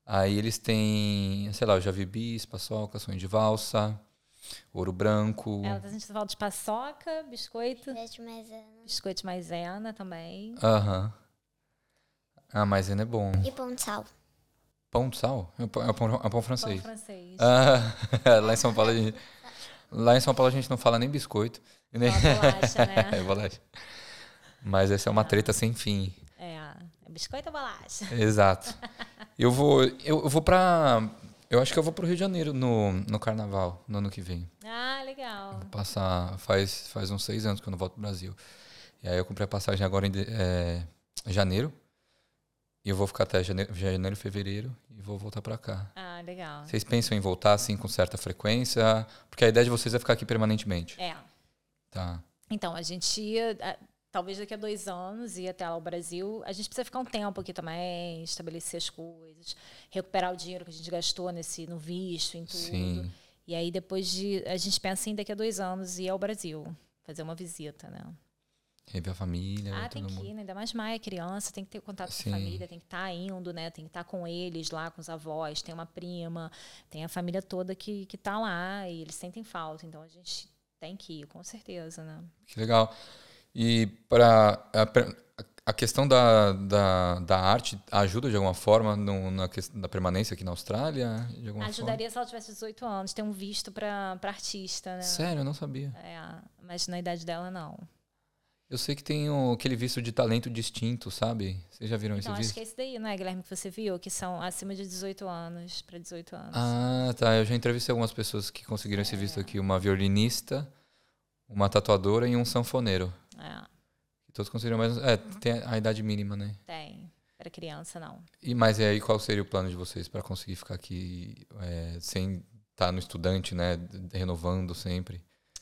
[SPEAKER 2] Ah, é?
[SPEAKER 1] Aí eles têm, sei lá, eu já vi bis, paçoca, sonho de valsa, ouro branco.
[SPEAKER 2] Ela tá sentindo falta de paçoca, biscoito.
[SPEAKER 3] Vejo eh, maisena.
[SPEAKER 2] Biscoito de maisena também.
[SPEAKER 1] Aham. Ah, mas ainda é bom.
[SPEAKER 3] E pão de sal.
[SPEAKER 1] Pão de sal? É o pão, é o pão- é o pão
[SPEAKER 2] Pão
[SPEAKER 1] francês.
[SPEAKER 2] francês.
[SPEAKER 1] Ah, lá em São Paulo a gente, lá em São Paulo a gente não fala nem biscoito. e Nem...
[SPEAKER 2] Só bolacha,
[SPEAKER 1] É
[SPEAKER 2] né?
[SPEAKER 1] bolacha. Mas essa é uma treta sem fim.
[SPEAKER 2] É. é biscoito ou bolacha?
[SPEAKER 1] Exato. Eu vou, eu, eu vou pra. Eu acho que eu vou pro Rio de Janeiro no, no carnaval, no ano que vem.
[SPEAKER 2] Ah, legal.
[SPEAKER 1] Passar. Faz, faz uns seis anos que eu não volto pro Brasil. E aí eu comprei a passagem agora em de- é, janeiro. E eu vou ficar até janeiro, janeiro, fevereiro e vou voltar pra cá.
[SPEAKER 2] Ah, legal.
[SPEAKER 1] Vocês pensam em voltar assim com certa frequência? Porque a ideia de vocês é ficar aqui permanentemente.
[SPEAKER 2] É.
[SPEAKER 1] Tá.
[SPEAKER 2] Então, a gente ia. a- Talvez daqui a dois anos ir até lá ao Brasil. A gente precisa ficar um tempo aqui também, estabelecer as coisas, recuperar o dinheiro que a gente gastou nesse, no visto, em tudo.
[SPEAKER 1] Sim.
[SPEAKER 2] E aí depois de. A gente pensa em daqui a dois anos ir ao Brasil, fazer uma visita, né?
[SPEAKER 1] Rever a família,
[SPEAKER 2] Ah, tem
[SPEAKER 1] todo
[SPEAKER 2] que
[SPEAKER 1] mundo.
[SPEAKER 2] ir, né? Ainda mais Maia é criança, tem que ter contato
[SPEAKER 1] Sim.
[SPEAKER 2] com a família, tem que estar indo, né? Tem que estar com eles lá, com os avós, tem uma prima, tem a família toda que, que tá lá e eles sentem falta. Então a gente tem que ir, com certeza, né?
[SPEAKER 1] Que legal. E para a, per- a questão da, da, da arte ajuda de alguma forma no, na questão da permanência aqui na Austrália? De alguma
[SPEAKER 2] Ajudaria se ela tivesse 18 anos, ter um visto pra, pra artista, né?
[SPEAKER 1] Forma? Sério, eu não sabia.
[SPEAKER 2] É, mas na idade dela, não.
[SPEAKER 1] Eu sei que tem o- aquele visto de talento distinto, sabe? Vocês já viram
[SPEAKER 2] Então,
[SPEAKER 1] esse
[SPEAKER 2] acho
[SPEAKER 1] visto?
[SPEAKER 2] que é esse daí, né, Guilherme, que você viu, que são acima de 18 anos, pra 18 anos.
[SPEAKER 1] Ah, tá. Eu já entrevistei algumas pessoas que conseguiram
[SPEAKER 2] É.
[SPEAKER 1] esse visto aqui. Uma violinista, uma tatuadora e um sanfoneiro.
[SPEAKER 2] É,
[SPEAKER 1] Todos conseguiram mais. É, tem a idade mínima, né?
[SPEAKER 2] tem. Pra criança, não.
[SPEAKER 1] E, mas é, e aí, qual seria o plano de vocês para conseguir ficar aqui é, sem estar no estudante, né? d- Renovando sempre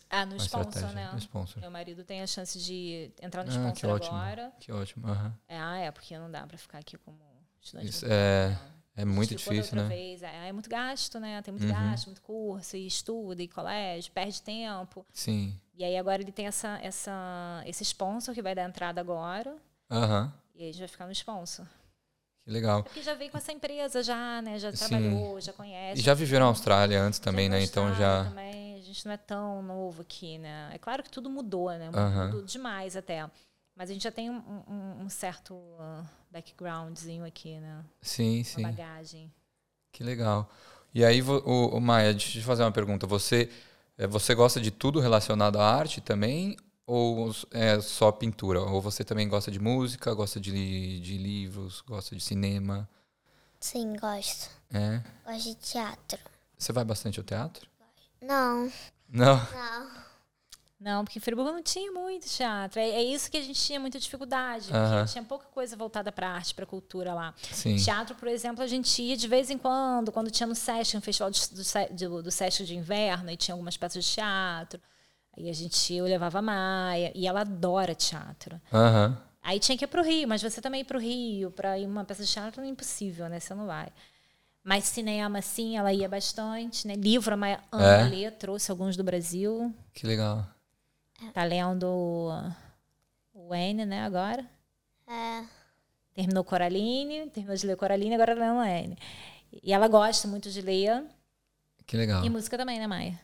[SPEAKER 2] Ah, no
[SPEAKER 1] a
[SPEAKER 2] sponsor,
[SPEAKER 1] estratégia.
[SPEAKER 2] né?
[SPEAKER 1] No sponsor.
[SPEAKER 2] Meu marido tem a chance de entrar no
[SPEAKER 1] Ah, que
[SPEAKER 2] sponsor
[SPEAKER 1] ótimo.
[SPEAKER 2] agora.
[SPEAKER 1] Que ótimo. aham.
[SPEAKER 2] É, ah, é, porque não dá pra ficar aqui como estudante.
[SPEAKER 1] Isso
[SPEAKER 2] voluntário,
[SPEAKER 1] é-
[SPEAKER 2] não.
[SPEAKER 1] É muito
[SPEAKER 2] Explicou da
[SPEAKER 1] difícil,
[SPEAKER 2] outra
[SPEAKER 1] né?
[SPEAKER 2] Vez. É, é muito gasto, né? Tem muito
[SPEAKER 1] Uhum.
[SPEAKER 2] gasto, muito curso, e estuda, e colégio, perde tempo.
[SPEAKER 1] Sim.
[SPEAKER 2] E aí agora ele tem essa, essa, esse sponsor que vai dar entrada agora.
[SPEAKER 1] Aham.
[SPEAKER 2] E aí a gente vai ficar no sponsor.
[SPEAKER 1] Que legal.
[SPEAKER 2] É porque já veio com essa empresa, já, né? Já
[SPEAKER 1] Sim.
[SPEAKER 2] trabalhou, já conhece.
[SPEAKER 1] E já viveram na Austrália antes também,
[SPEAKER 2] Já
[SPEAKER 1] né? Então
[SPEAKER 2] gostava
[SPEAKER 1] já.
[SPEAKER 2] também, a gente não é tão novo aqui, né? É claro que tudo mudou, né?
[SPEAKER 1] Aham.
[SPEAKER 2] Mudou demais até. Mas a gente já tem um, um- um certo ah, backgroundzinho aqui, né?
[SPEAKER 1] Sim,
[SPEAKER 2] Uma
[SPEAKER 1] sim.
[SPEAKER 2] bagagem.
[SPEAKER 1] Que legal. E aí, vo- o, o Maia, deixa eu te fazer uma pergunta. Você, é, você gosta de tudo relacionado à arte também? Ou s- é só pintura? Ou você também gosta de música, gosta de, li- de livros, gosta de cinema?
[SPEAKER 3] Sim, gosto.
[SPEAKER 1] É.
[SPEAKER 3] Gosto de teatro.
[SPEAKER 1] Você vai bastante ao teatro?
[SPEAKER 3] Não,
[SPEAKER 1] Não.
[SPEAKER 3] não.
[SPEAKER 2] Não, porque Friburgo não tinha muito teatro. É, é isso que a gente tinha muita dificuldade.
[SPEAKER 1] Aham.
[SPEAKER 2] Porque tinha pouca coisa voltada para arte, para cultura lá.
[SPEAKER 1] Sim.
[SPEAKER 2] Teatro, por exemplo, a gente ia de vez em quando, quando tinha no Sesc, um festival de- do, Se- do, do Sesc de inverno, e tinha algumas peças de teatro. Aí a gente ia, eu levava a Maia, e ela adora teatro.
[SPEAKER 1] Aham.
[SPEAKER 2] Aí tinha que ir pro Rio, mas você também ir pro Rio, pra ir uma peça de teatro é impossível, né? Você não vai. Mas cinema, sim, ela ia bastante, né? Livro, a Maia ama
[SPEAKER 1] É?
[SPEAKER 2] ler, trouxe alguns do Brasil.
[SPEAKER 1] Que legal.
[SPEAKER 2] Tá lendo uh, o N, né, agora.
[SPEAKER 3] É,
[SPEAKER 2] Terminou Coraline, terminou de ler Coraline, agora tá lendo N. E ela gosta muito de ler.
[SPEAKER 1] Que legal.
[SPEAKER 2] E
[SPEAKER 1] O
[SPEAKER 2] música também, né, Maia?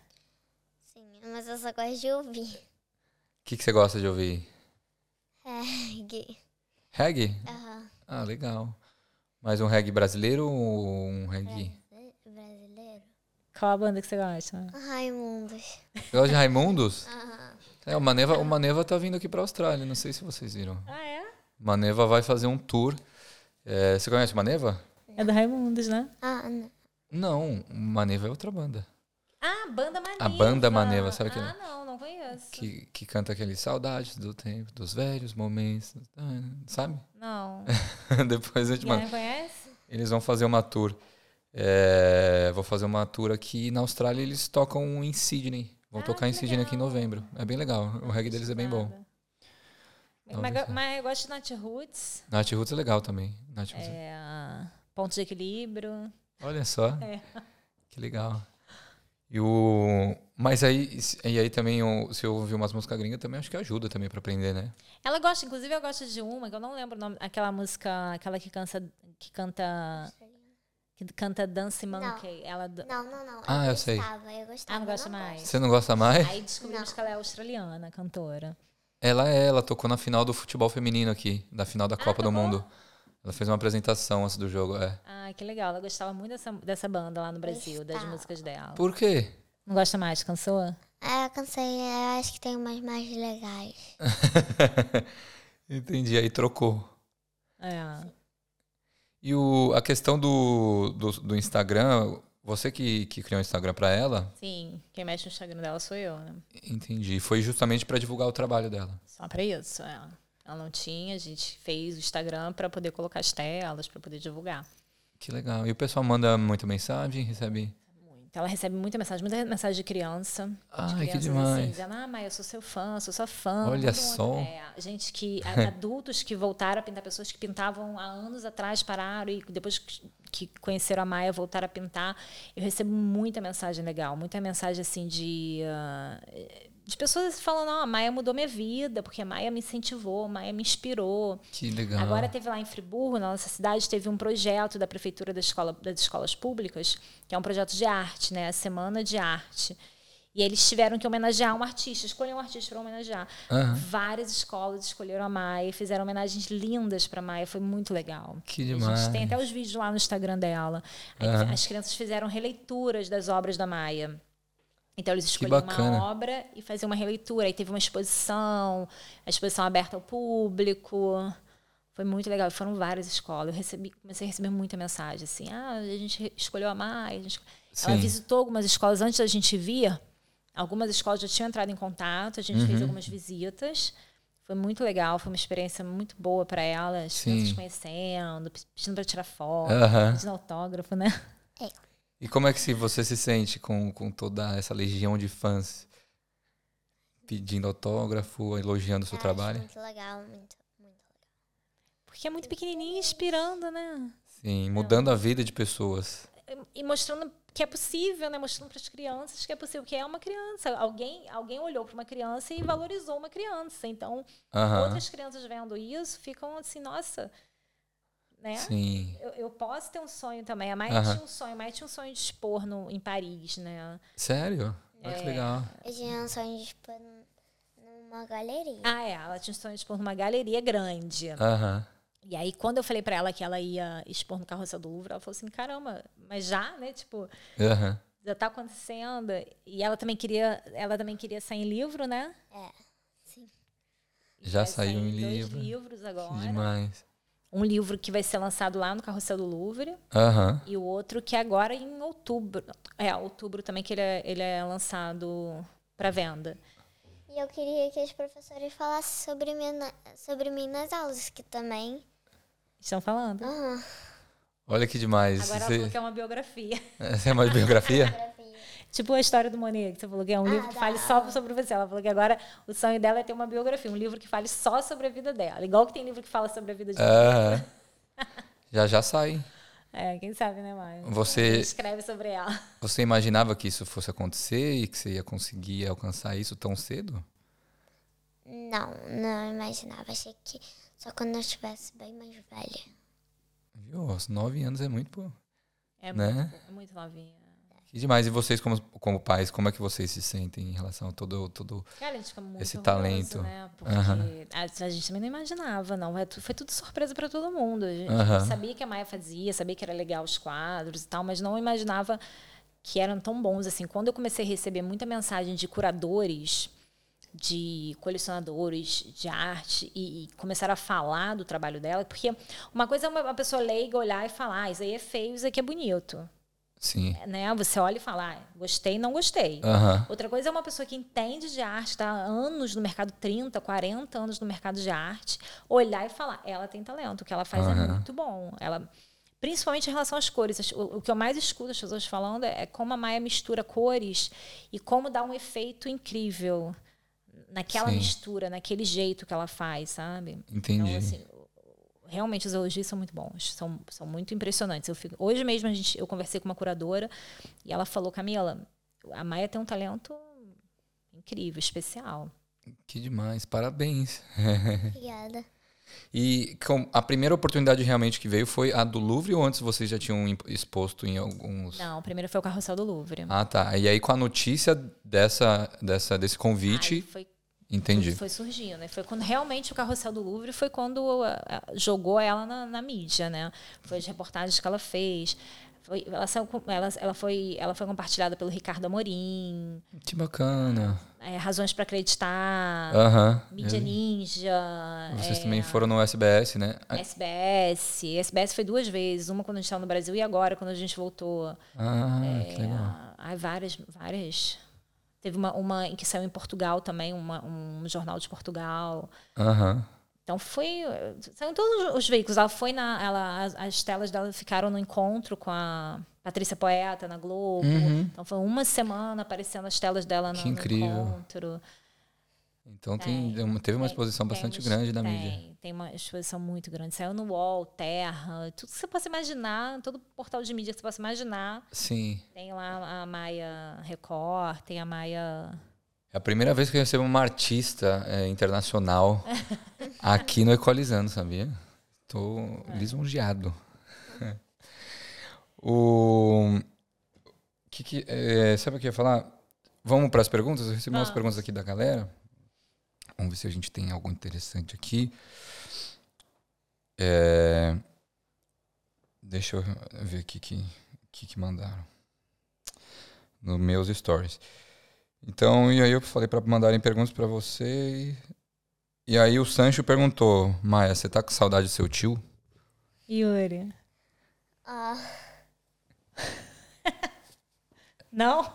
[SPEAKER 3] Sim, mas eu só gosto de ouvir.
[SPEAKER 1] que, que você gosta de ouvir?
[SPEAKER 3] Reggae.
[SPEAKER 1] Reggae?
[SPEAKER 3] Aham.
[SPEAKER 1] Ah, legal. Mas um reggae brasileiro ou um reggae?
[SPEAKER 3] É. Brasileiro?
[SPEAKER 2] Qual a banda que você gosta?
[SPEAKER 3] Raimundos.
[SPEAKER 1] Você gosta de Raimundos?
[SPEAKER 3] Aham.
[SPEAKER 1] É, o Maneva, o Maneva tá vindo aqui pra Austrália, não sei se vocês viram.
[SPEAKER 2] Ah, é?
[SPEAKER 1] Maneva vai fazer um tour. É, você conhece o Maneva?
[SPEAKER 2] É do Raimundos, né?
[SPEAKER 3] Ah, não.
[SPEAKER 1] Não, o Maneva é outra banda.
[SPEAKER 2] Ah, Banda Maneva.
[SPEAKER 1] A Banda Maneva, sabe aquele-
[SPEAKER 2] Ah, não, não conheço.
[SPEAKER 1] Que, que canta aquele saudades do tempo, dos velhos momentos, sabe?
[SPEAKER 2] Não.
[SPEAKER 1] Depois eu te mando.
[SPEAKER 2] Guilherme conhece?
[SPEAKER 1] Eles vão fazer uma tour. É, vou fazer uma tour aqui na Austrália eles tocam em Sydney. Vão
[SPEAKER 2] Ah,
[SPEAKER 1] tocar em
[SPEAKER 2] que
[SPEAKER 1] Sydney aqui em
[SPEAKER 2] legal.
[SPEAKER 1] novembro. É bem legal. O reggae deles é bem bom. é.
[SPEAKER 2] Mas, mas, mas eu gosto de Nath Roots.
[SPEAKER 1] Nath Roots é legal também. Nath Roots.
[SPEAKER 2] É, ponto de equilíbrio.
[SPEAKER 1] Olha só.
[SPEAKER 2] É.
[SPEAKER 1] Que legal. E o... Mas aí, e aí também, o- se eu ouvir umas músicas gringas, também acho que ajuda também pra aprender, né?
[SPEAKER 2] Ela gosta, inclusive eu gosto de uma, que eu não lembro o nome, aquela música, aquela que cansa, que canta, que canta Dance Monkey. Ela do-
[SPEAKER 3] Não, não, não.
[SPEAKER 1] Ah, eu sei.
[SPEAKER 3] gostava, sei. Eu gostava.
[SPEAKER 2] Ah, não gosta mais?
[SPEAKER 1] Você não gosta mais?
[SPEAKER 2] Aí descobrimos que ela é australiana, cantora.
[SPEAKER 1] Ela é, ela tocou na final do futebol feminino aqui, da final da Copa do
[SPEAKER 2] Ah, tocou?
[SPEAKER 1] Mundo. Ela fez uma apresentação antes do jogo, é.
[SPEAKER 2] Ah, que legal. Ela gostava muito dessa, dessa banda lá no Brasil, das
[SPEAKER 3] Gostava.
[SPEAKER 2] músicas dela.
[SPEAKER 1] Por quê?
[SPEAKER 2] Não gosta mais? Cansou?
[SPEAKER 3] É, eu cansei. Eu acho que tem umas mais legais.
[SPEAKER 1] Entendi, aí trocou.
[SPEAKER 2] É.
[SPEAKER 1] E o, a questão do, do, do Instagram, você que, que criou o Instagram pra ela,
[SPEAKER 2] Sim, quem mexe no Instagram dela sou eu, né?
[SPEAKER 1] entendi. Foi justamente pra divulgar o trabalho dela.
[SPEAKER 2] Só pra isso, é. Ela não tinha, a gente fez o Instagram pra poder colocar as telas, pra poder divulgar.
[SPEAKER 1] Que legal. E o pessoal manda muita mensagem, recebe.
[SPEAKER 2] Muito. Ela recebe muita mensagem, muita mensagem de criança. de
[SPEAKER 1] Ai, que
[SPEAKER 2] crianças, Assim,
[SPEAKER 1] demais.
[SPEAKER 2] dizendo, ah, mas eu sou seu fã, eu sou sua fã.
[SPEAKER 1] Olha
[SPEAKER 2] todo mundo-
[SPEAKER 1] só.
[SPEAKER 2] É, gente que, a- adultos que voltaram a pintar, pessoas que pintavam há anos atrás, pararam e depois que- que conheceram a Maia, voltaram a pintar. Eu recebo muita mensagem legal, muita mensagem assim de... ah, de pessoas falando, ó, a Maia mudou minha vida, porque a Maia me incentivou, a Maia me inspirou.
[SPEAKER 1] Que legal.
[SPEAKER 2] Agora teve lá em Friburgo, na nossa cidade, teve um projeto da prefeitura da escola, das escolas públicas, que é um projeto de arte, né? A Semana de Arte. E eles tiveram que homenagear um artista, escolher um artista para homenagear.
[SPEAKER 1] Aham.
[SPEAKER 2] Várias escolas escolheram a Maia, e fizeram homenagens lindas para Maia, foi muito legal.
[SPEAKER 1] Que
[SPEAKER 2] E A
[SPEAKER 1] demais.
[SPEAKER 2] gente tem até os vídeos lá no Instagram dela. Aí As crianças fizeram releituras das obras da Maia. Então eles escolhiam
[SPEAKER 1] bacana.
[SPEAKER 2] uma obra e faziam uma releitura. Aí teve uma exposição, a exposição aberta ao público. Foi muito legal. Foram várias escolas. Eu recebi, comecei a receber muita mensagem assim: ah, a gente re- escolheu a Maia. a gente escol-". Ela
[SPEAKER 1] Sim.
[SPEAKER 2] visitou algumas escolas antes da gente vir. Algumas escolas já tinham entrado em contato, a gente fez
[SPEAKER 1] Uhum.
[SPEAKER 2] algumas visitas. Foi muito legal, foi uma experiência muito boa para elas. As crianças
[SPEAKER 1] Sim. É.
[SPEAKER 2] conhecendo, pedindo para tirar foto,
[SPEAKER 1] Aham.
[SPEAKER 2] pedindo autógrafo, né?
[SPEAKER 1] E como é que se você se sente com, com toda essa legião de fãs pedindo autógrafo, elogiando o seu
[SPEAKER 3] Eu Ah, acho
[SPEAKER 1] trabalho?
[SPEAKER 3] Muito legal, muito, muito legal.
[SPEAKER 2] Porque é muito pequenininho, inspirando, né?
[SPEAKER 1] Sim, mudando a vida de pessoas.
[SPEAKER 2] e mostrando que é possível, né? Mostrando para as crianças que é possível, que é uma criança. Alguém, alguém olhou para uma criança e valorizou uma criança. Então,
[SPEAKER 1] Aham.
[SPEAKER 2] outras crianças vendo isso ficam assim, nossa, né?
[SPEAKER 1] Sim,
[SPEAKER 2] Eu, eu posso ter um sonho também. A Maia
[SPEAKER 1] Aham.
[SPEAKER 2] tinha um sonho, a Maia tinha um sonho de expor no, em Paris, né?
[SPEAKER 1] sério? Olha
[SPEAKER 2] É.
[SPEAKER 1] que legal.
[SPEAKER 3] Eu tinha um sonho de expor num- numa galeria.
[SPEAKER 2] Ah, é, ela tinha um sonho de expor numa galeria grande.
[SPEAKER 1] Aham.
[SPEAKER 2] E aí, quando eu falei para ela que ela ia expor no Carrossel do Louvre, ela falou assim, caramba, mas já, né? Tipo,
[SPEAKER 1] Aham.
[SPEAKER 2] já tá acontecendo. E ela também queria, ela também queria sair em livro, né?
[SPEAKER 1] Já
[SPEAKER 2] Vai
[SPEAKER 1] saiu
[SPEAKER 2] sair
[SPEAKER 1] em
[SPEAKER 2] dois
[SPEAKER 1] livro.
[SPEAKER 2] livros
[SPEAKER 1] Que
[SPEAKER 2] agora.
[SPEAKER 1] demais.
[SPEAKER 2] Um livro que vai ser lançado lá no Carrossel do Louvre
[SPEAKER 1] Aham.
[SPEAKER 2] e o outro que é agora em outubro. É, outubro também que ele é, ele é lançado para venda.
[SPEAKER 3] E eu queria que os professores falassem sobre mim, na- sobre mim nas aulas, que também.
[SPEAKER 2] Estão falando?
[SPEAKER 3] Aham.
[SPEAKER 1] Olha que demais.
[SPEAKER 2] Agora ela
[SPEAKER 1] Você-
[SPEAKER 2] falou que é uma biografia.
[SPEAKER 1] Essa é mais biografia?
[SPEAKER 2] tipo a história do Monet, que você falou que é um livro que
[SPEAKER 3] dá.
[SPEAKER 2] fale só sobre você. Ela falou que agora o sonho dela é ter uma biografia, um livro que fale só sobre a vida dela. Igual que tem livro que fala sobre a vida de.
[SPEAKER 1] Aham. Já já sai.
[SPEAKER 2] É, quem sabe, né, Maia?
[SPEAKER 1] Você-
[SPEAKER 2] Escreve sobre ela.
[SPEAKER 1] Você imaginava que isso fosse acontecer e que você ia conseguir alcançar isso tão cedo?
[SPEAKER 3] Não, não imaginava. Achei que só quando eu estivesse bem mais velha.
[SPEAKER 1] Viu? Aos nove anos é muito, pô.
[SPEAKER 2] É,
[SPEAKER 1] Né?
[SPEAKER 2] muito, é muito novinha.
[SPEAKER 1] Que demais. E vocês, como, como pais, como é que vocês se sentem em relação a todo. todo...
[SPEAKER 2] Cara, a gente fica muito
[SPEAKER 1] Esse
[SPEAKER 2] orgulhoso,
[SPEAKER 1] talento.
[SPEAKER 2] Né? Porque
[SPEAKER 1] Aham.
[SPEAKER 2] a, a gente também não imaginava, não. É tu- Foi tudo surpresa para todo mundo. A gente
[SPEAKER 1] Aham.
[SPEAKER 2] sabia que a Maia fazia, sabia que era legal os quadros e tal, mas não imaginava que eram tão bons assim. Quando eu comecei a receber muita mensagem de curadores, de colecionadores de arte e, e começaram a falar do trabalho dela, porque uma coisa é uma, uma pessoa leiga olhar e falar, ah, isso aí é feio, isso aqui é bonito,
[SPEAKER 1] Sim.
[SPEAKER 2] né? Você olha e fala, ah, gostei, não gostei.
[SPEAKER 1] Aham.
[SPEAKER 2] Outra coisa é uma pessoa que entende de arte, está há anos no mercado, 30, 40 anos no mercado de arte, olhar e falar, ela tem talento, o que ela faz é
[SPEAKER 1] Aham.
[SPEAKER 2] muito bom. Ela, principalmente em relação às cores. As- O, o que eu mais escuto as pessoas falando é como a Maia mistura cores e como dá um efeito incrível naquela
[SPEAKER 1] Sim.
[SPEAKER 2] mistura, naquele jeito que ela faz, sabe?
[SPEAKER 1] Entendi.
[SPEAKER 2] Então, assim, o- o- realmente os elogios são muito bons, são, são muito impressionantes. Eu fico, hoje mesmo a gente, eu conversei com uma curadora e ela falou, Camila, a Maia tem um talento incrível, especial.
[SPEAKER 1] Que demais. Parabéns.
[SPEAKER 3] Obrigada.
[SPEAKER 1] E com- a primeira oportunidade realmente que veio foi a do Louvre ou antes vocês já tinham imp- exposto em alguns.
[SPEAKER 2] Não, o primeiro foi o Carrossel do Louvre.
[SPEAKER 1] Ah, tá. E aí com a notícia dessa, dessa, desse
[SPEAKER 2] Aí
[SPEAKER 1] convite,
[SPEAKER 2] foi,
[SPEAKER 1] entendi.
[SPEAKER 2] foi surgindo, né? Foi quando realmente o Carrossel do Louvre foi quando a- a- jogou ela na, na mídia, né? Foi as reportagens que ela fez. Foi- ela, saiu com- ela- ela foi, ela foi compartilhada pelo Ricardo Amorim,
[SPEAKER 1] Que bacana.
[SPEAKER 2] é, Razões para Acreditar.
[SPEAKER 1] Aham.
[SPEAKER 2] Ah, Mídia é. Ninja,
[SPEAKER 1] Eu- Vocês também foram no SBS, né? Ah,
[SPEAKER 2] SBS. SBS foi duas vezes, uma quando a gente estava no Brasil e agora quando a gente voltou.
[SPEAKER 1] Ah, que legal.
[SPEAKER 2] Ah, ai, várias, várias. Teve uma, uma em que saiu em Portugal também, uma- um jornal de Portugal.
[SPEAKER 1] Aham.
[SPEAKER 2] Então foi. eh, Saiu em todos os veículos. Ela foi na. Ela, as, as telas dela ficaram no encontro com a Patrícia Poeta na Globo. Então foi uma semana aparecendo as telas dela no,
[SPEAKER 1] Uhum. Que incrível.
[SPEAKER 2] no encontro.
[SPEAKER 1] Então tem,
[SPEAKER 2] Tem,
[SPEAKER 1] uma- teve uma
[SPEAKER 2] tem,
[SPEAKER 1] exposição
[SPEAKER 2] tem
[SPEAKER 1] bastante
[SPEAKER 2] uma-
[SPEAKER 1] grande da
[SPEAKER 2] tem,
[SPEAKER 1] mídia.
[SPEAKER 2] Tem uma exposição muito grande. Saiu no UOL, Terra, tudo que você possa imaginar, todo portal de mídia que você possa imaginar.
[SPEAKER 1] Sim.
[SPEAKER 2] Tem lá a Maia Record, tem a Maia.
[SPEAKER 1] É a primeira vez que eu recebo uma artista eh, internacional aqui no Equalizando, sabia? Tô lisonjeado. o que que, eh, sabe o que eu ia falar? Vamos para as perguntas? Eu recebi umas
[SPEAKER 2] Vamos.
[SPEAKER 1] perguntas aqui da galera. Vamos ver se a gente tem algo interessante aqui. Eh, deixa eu ver o que, que, que que mandaram. Nos meus stories. Então, e aí eu falei para mandarem perguntas para você. E, e aí o Sancho perguntou: Maia, você tá com saudade do seu tio?
[SPEAKER 2] Yuri.
[SPEAKER 3] Ah,
[SPEAKER 2] Não?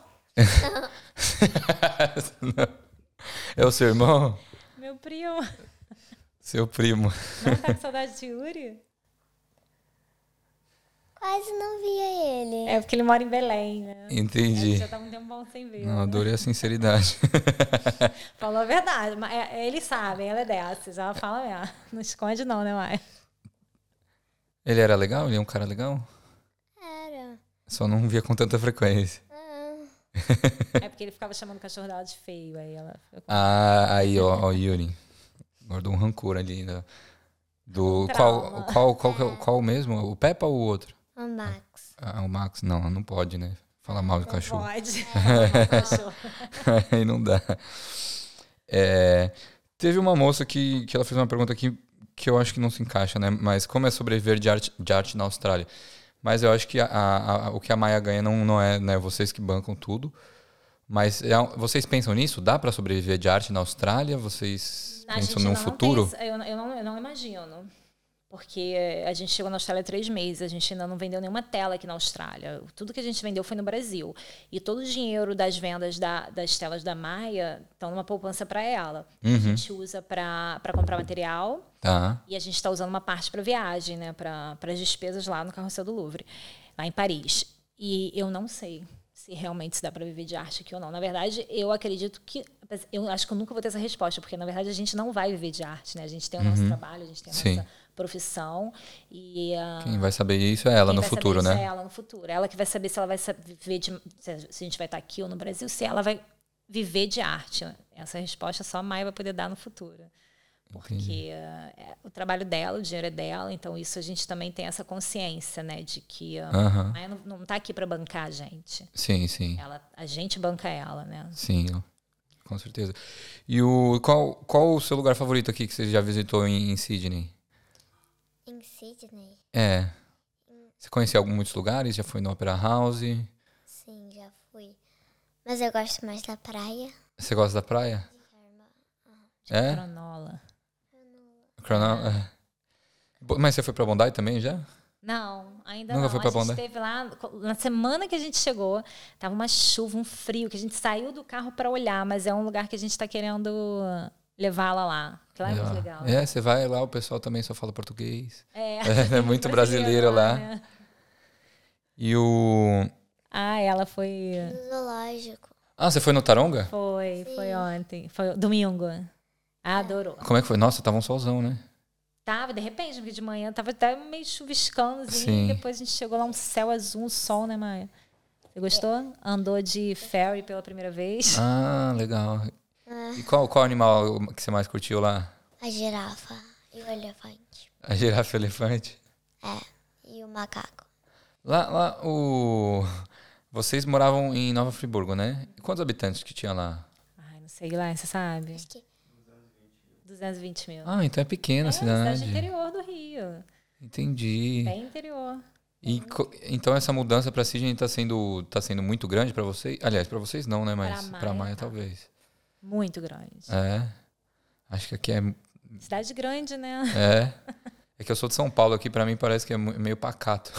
[SPEAKER 1] é o seu irmão?
[SPEAKER 2] Meu primo.
[SPEAKER 1] Seu primo.
[SPEAKER 2] Não tá com saudade de Yuri?
[SPEAKER 3] quase não via ele.
[SPEAKER 2] É porque ele mora em Belém, né? Ele
[SPEAKER 1] Entendi.
[SPEAKER 2] já tá um tempão sem ver.
[SPEAKER 1] Não,
[SPEAKER 2] né?
[SPEAKER 1] adorei a sinceridade.
[SPEAKER 2] Falou a verdade. mas é- é- Eles sabem, ela é dessas. Ela fala mesmo. Não esconde, não, né, Maia?
[SPEAKER 1] Ele era legal? Ele é um cara legal?
[SPEAKER 3] Era.
[SPEAKER 1] Só não via com tanta frequência.
[SPEAKER 3] Ah,
[SPEAKER 2] É porque ele ficava chamando o cachorro dela de feio. Aí ela ficou
[SPEAKER 1] Ah, aí, ó, ó Yuri. Guardou um rancor ali. né? Do, qual,
[SPEAKER 2] Um trauma.
[SPEAKER 1] qual, qual, que é o- qual mesmo? O Peppa ou o outro?
[SPEAKER 3] o Max.
[SPEAKER 1] Ah, o Max? Não, não pode, né? Falar mal de
[SPEAKER 2] Não
[SPEAKER 1] cachorro.
[SPEAKER 2] Pode. Não, cachorro.
[SPEAKER 1] Aí não dá. É, teve uma moça que, que ela fez uma pergunta aqui que eu acho que não se encaixa, né? Mas como é sobreviver de arte, de arte na Austrália? Mas eu acho que a- a- a- o que a Maia ganha não, não é né, vocês que bancam tudo. Mas é um- vocês pensam nisso? Dá pra sobreviver de arte na Austrália? Vocês
[SPEAKER 2] A gente
[SPEAKER 1] pensam
[SPEAKER 2] ainda
[SPEAKER 1] num
[SPEAKER 2] não
[SPEAKER 1] futuro?
[SPEAKER 2] tem esse- eu, não- eu não, eu não imagino. Porque a gente chegou na Austrália há três meses, a gente ainda não vendeu nenhuma tela aqui na Austrália. Tudo que a gente vendeu foi no Brasil. E todo o dinheiro das vendas da- das telas da Maia estão numa poupança para ela.
[SPEAKER 1] Uhum.
[SPEAKER 2] A gente usa para comprar material,
[SPEAKER 1] Tá.
[SPEAKER 2] e a gente está usando uma parte para viagem, né? Para as despesas lá no Carrossel do Louvre, lá em Paris. E eu não sei se realmente se dá para viver de arte aqui ou não. Na verdade, eu acredito que. Eu acho que eu nunca vou ter essa resposta, porque na verdade a gente não vai viver de arte, né? A gente tem o nosso trabalho, a gente tem a
[SPEAKER 1] Sim.
[SPEAKER 2] nossa profissão. E ah,
[SPEAKER 1] Quem vai saber isso é ela
[SPEAKER 2] quem
[SPEAKER 1] no
[SPEAKER 2] vai saber
[SPEAKER 1] futuro,
[SPEAKER 2] isso
[SPEAKER 1] né?
[SPEAKER 2] É ela no futuro. Ela que vai saber se ela vai sa- viver de. Se a se a gente vai estar aqui ou no Brasil, se ela vai viver de arte. Essa resposta só a Maia vai poder dar no futuro. Porque ah, é o trabalho dela, o dinheiro é dela, então isso a gente também tem essa consciência, né? De que ah,
[SPEAKER 1] Aham.
[SPEAKER 2] ela não- não está aqui para bancar a gente.
[SPEAKER 1] Sim, sim.
[SPEAKER 2] Ela, a gente banca ela, né?
[SPEAKER 1] Sim, com certeza. E o, qual, qual o seu lugar favorito aqui que você já visitou em, em Sydney?
[SPEAKER 3] Em Sydney?
[SPEAKER 1] É. Você conheceu algum, muitos lugares? Já foi no Opera House?
[SPEAKER 3] Sim, já fui. Mas eu gosto mais da praia.
[SPEAKER 1] Você gosta da praia?
[SPEAKER 2] Tipo,
[SPEAKER 1] É?
[SPEAKER 2] Cronola.
[SPEAKER 1] Crono- é. Bo- Mas você foi pra Bondi também já?
[SPEAKER 2] Não, ainda
[SPEAKER 1] Nunca
[SPEAKER 2] não.
[SPEAKER 1] foi
[SPEAKER 2] a
[SPEAKER 1] pra
[SPEAKER 2] gente
[SPEAKER 1] Bondi?
[SPEAKER 2] esteve lá, na semana que a gente chegou, tava uma chuva, um frio, que a gente saiu do carro para olhar, mas é um lugar que a gente está querendo levá-la lá. Que lá é muito
[SPEAKER 1] Já.
[SPEAKER 2] legal.
[SPEAKER 1] É, você vai lá, o pessoal também só fala português.
[SPEAKER 2] É,
[SPEAKER 1] É, muito brasileiro lá.
[SPEAKER 2] né?
[SPEAKER 1] E o.
[SPEAKER 2] Ah, ela foi.
[SPEAKER 3] No zoológico.
[SPEAKER 1] Ah, você foi no Taronga?
[SPEAKER 2] Foi, foi ontem. Foi domingo. Adorou.
[SPEAKER 1] Como é que foi? Nossa, tava um solzão, né?
[SPEAKER 2] Tava, de repente, porque de manhã tava até meio chuviscando,
[SPEAKER 1] Sim.
[SPEAKER 2] e depois a gente chegou lá, um céu azul, um sol, né, Maia? Você gostou? Andou de ferry pela primeira vez.
[SPEAKER 1] Ah, legal. E qual, qual animal que você mais curtiu lá?
[SPEAKER 3] A girafa e o elefante.
[SPEAKER 1] A girafa e o elefante?
[SPEAKER 3] É. E o macaco.
[SPEAKER 1] Lá, lá, o. Vocês moravam em Nova Friburgo, né? E Quantos habitantes que tinha lá?
[SPEAKER 2] Ai, não sei lá, você sabe?
[SPEAKER 3] Acho que
[SPEAKER 2] 220 mil.
[SPEAKER 1] Ah, então é pequena a
[SPEAKER 2] É,
[SPEAKER 1] cidade.
[SPEAKER 2] cidade interior do Rio.
[SPEAKER 1] Entendi.
[SPEAKER 2] Bem interior.
[SPEAKER 1] E co- então essa mudança pra Sydney tá sendo, tá sendo muito grande pra vocês? Aliás, pra vocês não, né? Mas
[SPEAKER 2] Pra
[SPEAKER 1] pra
[SPEAKER 2] Maia,
[SPEAKER 1] Maia
[SPEAKER 2] tá.
[SPEAKER 1] talvez.
[SPEAKER 2] Muito grande.
[SPEAKER 1] É. Acho que aqui é.
[SPEAKER 2] Cidade grande, né?
[SPEAKER 1] É. É que eu sou de São Paulo aqui, pra mim parece que é mu- meio pacato.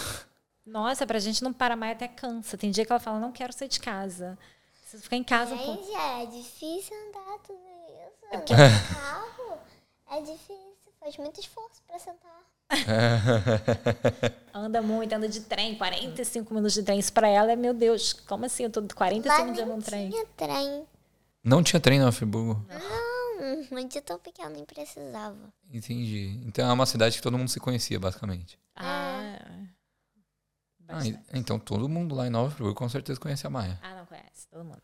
[SPEAKER 2] Nossa, pra gente não para mais até cansa. Tem dia que ela fala, não quero sair de casa. Preciso ficar em casa um pouco.
[SPEAKER 3] Gente, é difícil andar tudo isso. Andar de carro é difícil. Faz muito esforço pra sentar.
[SPEAKER 1] É.
[SPEAKER 2] Anda muito, anda de trem, 45 minutos de trem. Isso pra ela é, meu Deus, como assim? Eu tô 45
[SPEAKER 3] Lá
[SPEAKER 2] minutos num
[SPEAKER 3] nem
[SPEAKER 2] um trem.
[SPEAKER 3] tinha trem.
[SPEAKER 1] Não tinha trem em Nova Friburgo.
[SPEAKER 3] Não, um dia tão pequeno nem precisava.
[SPEAKER 1] Entendi. Então é uma cidade que todo mundo se conhecia, basicamente.
[SPEAKER 3] É.
[SPEAKER 2] Ah,
[SPEAKER 1] Ah,
[SPEAKER 2] bastante.
[SPEAKER 1] e- então todo mundo lá em Nova Friburgo com certeza conhece a Maia.
[SPEAKER 2] ah, não conhece, todo mundo.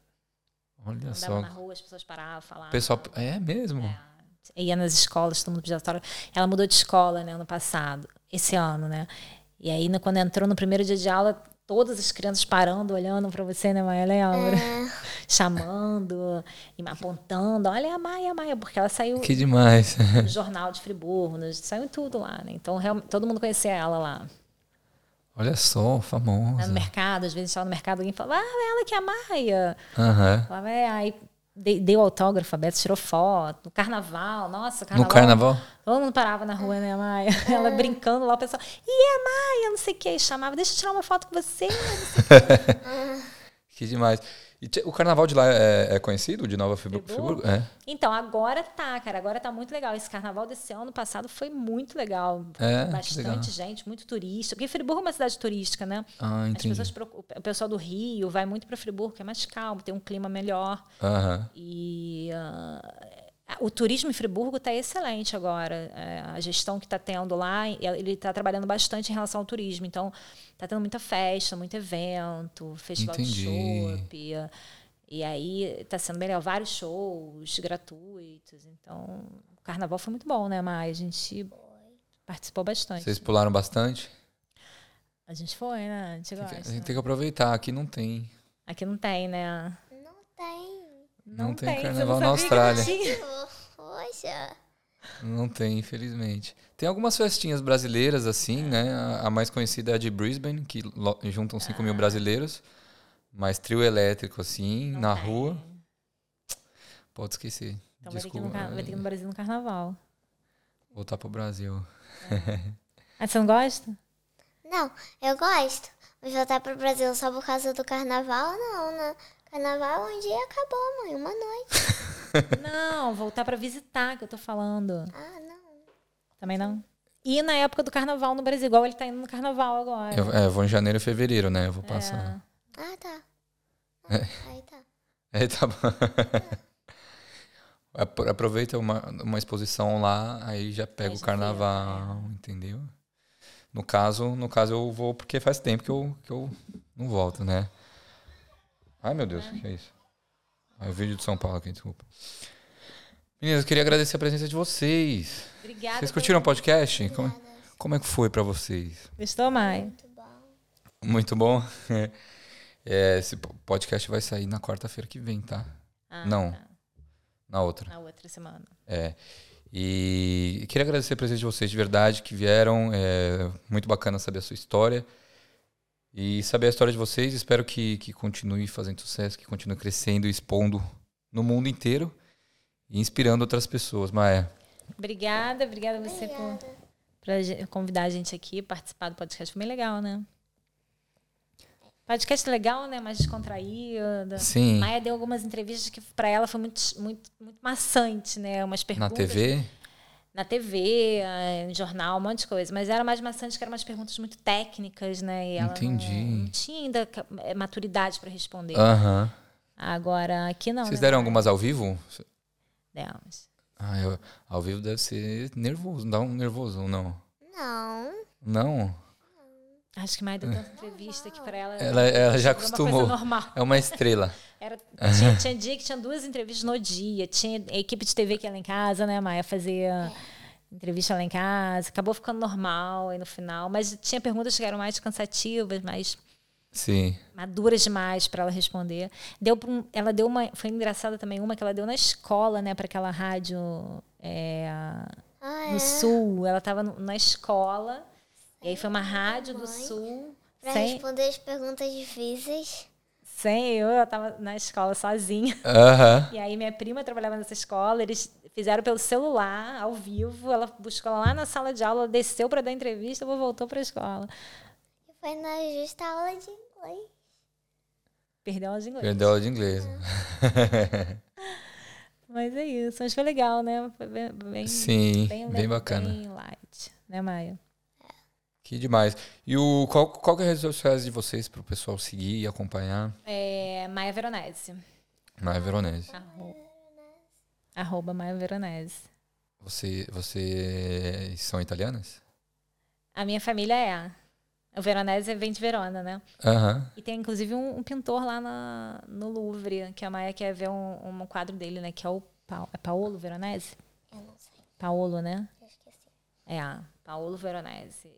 [SPEAKER 1] Olha
[SPEAKER 2] Andava
[SPEAKER 1] É só.
[SPEAKER 2] na rua, as pessoas paravam, falavam.
[SPEAKER 1] O pessoal. É mesmo?
[SPEAKER 2] É, ia nas escolas, todo mundo pedia autógrafo. Ela mudou de escola, né, ano passado, esse ano, né? E aí, no- quando entrou no primeiro dia de aula, todas as crianças parando, olhando pra você, né, Maia? Lembra? Chamando, e apontando, olha a Maia, a Maia, porque ela saiu
[SPEAKER 1] Que demais.
[SPEAKER 2] no jornal de Friburgo, no- saiu em tudo lá, né? Então, real- todo mundo conhecia ela lá.
[SPEAKER 1] Olha só,
[SPEAKER 2] Lá
[SPEAKER 1] famosa.
[SPEAKER 2] no mercado, às vezes estava no mercado, alguém falava, ah, ela que é a Maia.
[SPEAKER 1] Aham.
[SPEAKER 2] Falava, é, aí de- deu autógrafo, a Beto tirou foto. No carnaval, nossa, carnaval.
[SPEAKER 1] No carnaval?
[SPEAKER 2] Todo mundo parava na rua, né, Maia? Ela
[SPEAKER 1] É.
[SPEAKER 2] brincando lá, o pessoal, e a Maia, não sei o que, e chamava, deixa eu tirar uma foto com você.
[SPEAKER 1] Que demais. E te- o carnaval de lá é, é conhecido, de Nova Friburgo?
[SPEAKER 2] Friburgo?
[SPEAKER 1] Friburgo? É.
[SPEAKER 2] Então, agora tá, cara, agora tá muito legal. Esse carnaval desse ano passado foi muito legal.
[SPEAKER 1] É, que
[SPEAKER 2] Bastante
[SPEAKER 1] legal.
[SPEAKER 2] gente, muito turista. Porque Friburgo é uma cidade turística, né?
[SPEAKER 1] Ah,
[SPEAKER 2] As
[SPEAKER 1] entendi.
[SPEAKER 2] pessoas, procu- o pessoal do Rio vai muito para Friburgo, que é mais calmo, tem um clima melhor.
[SPEAKER 1] Aham.
[SPEAKER 2] E ah, o turismo em Friburgo está excelente agora. É, a gestão que está tendo lá, e ele está trabalhando bastante em relação ao turismo. Então, está tendo muita festa, muito evento, festival
[SPEAKER 1] Entendi.
[SPEAKER 2] de chopp. ah, E aí está sendo melhor, vários shows gratuitos. Então, o carnaval foi muito bom, né, Maia? A gente participou bastante.
[SPEAKER 1] Vocês pularam bastante?
[SPEAKER 2] A gente foi, né? A gente
[SPEAKER 1] Tem que-
[SPEAKER 2] gosta.
[SPEAKER 1] a gente tem que aproveitar, aqui não tem.
[SPEAKER 2] Aqui não tem, né?
[SPEAKER 3] Não tem.
[SPEAKER 1] Não tem
[SPEAKER 2] você
[SPEAKER 1] carnaval
[SPEAKER 2] não
[SPEAKER 1] na
[SPEAKER 2] sabia que não
[SPEAKER 1] Austrália.
[SPEAKER 2] tinha?
[SPEAKER 3] Poxa.
[SPEAKER 1] Não tem, infelizmente. Tem algumas festinhas brasileiras, assim, né? A, a mais conhecida é a de Brisbane, que lo- juntam 5
[SPEAKER 2] Ah.
[SPEAKER 1] mil brasileiros. Mas trio elétrico, assim,
[SPEAKER 2] Não
[SPEAKER 1] na
[SPEAKER 2] tem.
[SPEAKER 1] rua. Pode esquecer.
[SPEAKER 2] Então vai ter, que ir
[SPEAKER 1] Desculpa.
[SPEAKER 2] no, car- vai ter que ir no Brasil no carnaval.
[SPEAKER 1] Voltar pro Brasil.
[SPEAKER 2] Ah, você não gosta?
[SPEAKER 3] Não, eu gosto. Mas voltar pro Brasil só por causa do carnaval, não, né? Carnaval um dia acabou, mãe. Uma noite.
[SPEAKER 2] Não, voltar pra visitar, que eu tô falando.
[SPEAKER 3] Ah, não.
[SPEAKER 2] Também não? E na época do carnaval no Brasil, igual ele tá indo no carnaval agora.
[SPEAKER 1] Eu, é, eu vou em janeiro e fevereiro, né? Eu
[SPEAKER 2] É.
[SPEAKER 1] vou passar.
[SPEAKER 3] Ah, tá. Ah, aí tá.
[SPEAKER 1] É, tá bom. Apro- Aproveita uma, uma exposição lá, aí já pega o
[SPEAKER 2] Aí É, já é.
[SPEAKER 1] carnaval, entendeu? No caso, no caso, eu vou porque faz tempo que eu, que eu não volto, né? Ai, meu Deus, o que é isso? Ah, É o vídeo de São Paulo aqui, desculpa. Meninas, eu queria agradecer a presença de vocês.
[SPEAKER 2] Obrigada.
[SPEAKER 1] Vocês
[SPEAKER 2] pelo-
[SPEAKER 1] curtiram o podcast? Como, como é que foi pra vocês?
[SPEAKER 2] Gostou, Mai?
[SPEAKER 3] Muito bom.
[SPEAKER 1] Muito bom. É, esse po- podcast vai sair na quarta-feira que vem, tá?
[SPEAKER 2] Ah,
[SPEAKER 1] Não.
[SPEAKER 2] tá.
[SPEAKER 1] Na outra.
[SPEAKER 2] Na outra semana.
[SPEAKER 1] É. E queria agradecer a presença de vocês de verdade que vieram. É muito bacana saber a sua história. E saber a história de vocês. Espero que, que continue fazendo sucesso, que continue crescendo e expondo no mundo inteiro e inspirando outras pessoas. Maia,
[SPEAKER 2] Obrigada, obrigada a você por pra gen- convidar a gente aqui, participar do podcast. Foi bem legal, né? Podcast legal, né? Mais descontraída.
[SPEAKER 1] sim,
[SPEAKER 2] Tá. Maia deu algumas entrevistas que pra ela foi muito, muito, muito maçante, né? Umas
[SPEAKER 1] na
[SPEAKER 2] perguntas.
[SPEAKER 1] TV.
[SPEAKER 2] Na TV, eh, em jornal, um monte de coisa. Mas era mais maçante que eram umas perguntas muito técnicas, né? E ela não-
[SPEAKER 1] Entendi.
[SPEAKER 2] Não, tinha ainda ca- eh, maturidade pra responder.
[SPEAKER 1] Aham.
[SPEAKER 2] Agora, aqui não.
[SPEAKER 1] Vocês
[SPEAKER 2] né?
[SPEAKER 1] deram algumas ao vivo?
[SPEAKER 2] Delas.
[SPEAKER 1] Ah, eu- ao vivo deve ser nervoso, não dá um nervosão, não.
[SPEAKER 3] Não.
[SPEAKER 1] Não.
[SPEAKER 2] Acho que Maia deu tanta entrevista que pra ela.
[SPEAKER 1] Ela, ela já
[SPEAKER 2] virou Uma
[SPEAKER 1] acostumou.
[SPEAKER 2] coisa normal.
[SPEAKER 1] É uma estrela.
[SPEAKER 2] Era, tinha, tinha dia que tinha duas entrevistas no dia. Tinha a equipe de TV que ia lá em casa, né, Maia? Fazia entrevista lá em casa. Acabou ficando normal aí no final. Mas tinha perguntas que eram mais cansativas, mais
[SPEAKER 1] Sim.
[SPEAKER 2] maduras demais para ela responder. Deu pra um- ela deu uma. Foi engraçada também uma que ela deu na escola, né, para aquela rádio é,
[SPEAKER 3] Ah,
[SPEAKER 2] no sul. Ela estava na escola. E aí foi uma rádio do sul.
[SPEAKER 3] Pra
[SPEAKER 2] Hum, Sem,
[SPEAKER 3] responder as perguntas difíceis.
[SPEAKER 2] sem eu, ela tava na escola sozinha.
[SPEAKER 1] Aham.
[SPEAKER 2] E aí minha prima trabalhava nessa escola, eles fizeram pelo celular, ao vivo, ela buscou ela lá na sala de aula, desceu para dar entrevista, depois voltou para a escola.
[SPEAKER 3] E foi na justa aula de inglês.
[SPEAKER 2] Perdeu aula de inglês.
[SPEAKER 1] Perdeu aula de inglês.
[SPEAKER 2] Mas é isso, mas foi legal, né? Foi bem, bem,
[SPEAKER 1] Sim,
[SPEAKER 2] bem,
[SPEAKER 1] bem bacana.
[SPEAKER 2] Bem light, né, Maia?
[SPEAKER 1] Que demais. E o, qual, qual que é as redes sociais de vocês para o pessoal seguir e acompanhar?
[SPEAKER 2] É, Maia Veronese.
[SPEAKER 1] Maia Veronese.
[SPEAKER 2] Arroba, arroba Maia Veronese.
[SPEAKER 1] Você, vocês são italianas?
[SPEAKER 2] A minha família é. O Veronese vem de Verona, né?
[SPEAKER 1] Aham.
[SPEAKER 2] E tem inclusive um, um pintor lá na- no Louvre, que a Maia quer ver um, um quadro dele, né? Que é o pa, é Paolo Veronese?
[SPEAKER 3] Eu não sei,
[SPEAKER 2] Paolo, né?
[SPEAKER 3] eu esqueci.
[SPEAKER 2] É, Paolo Veronese.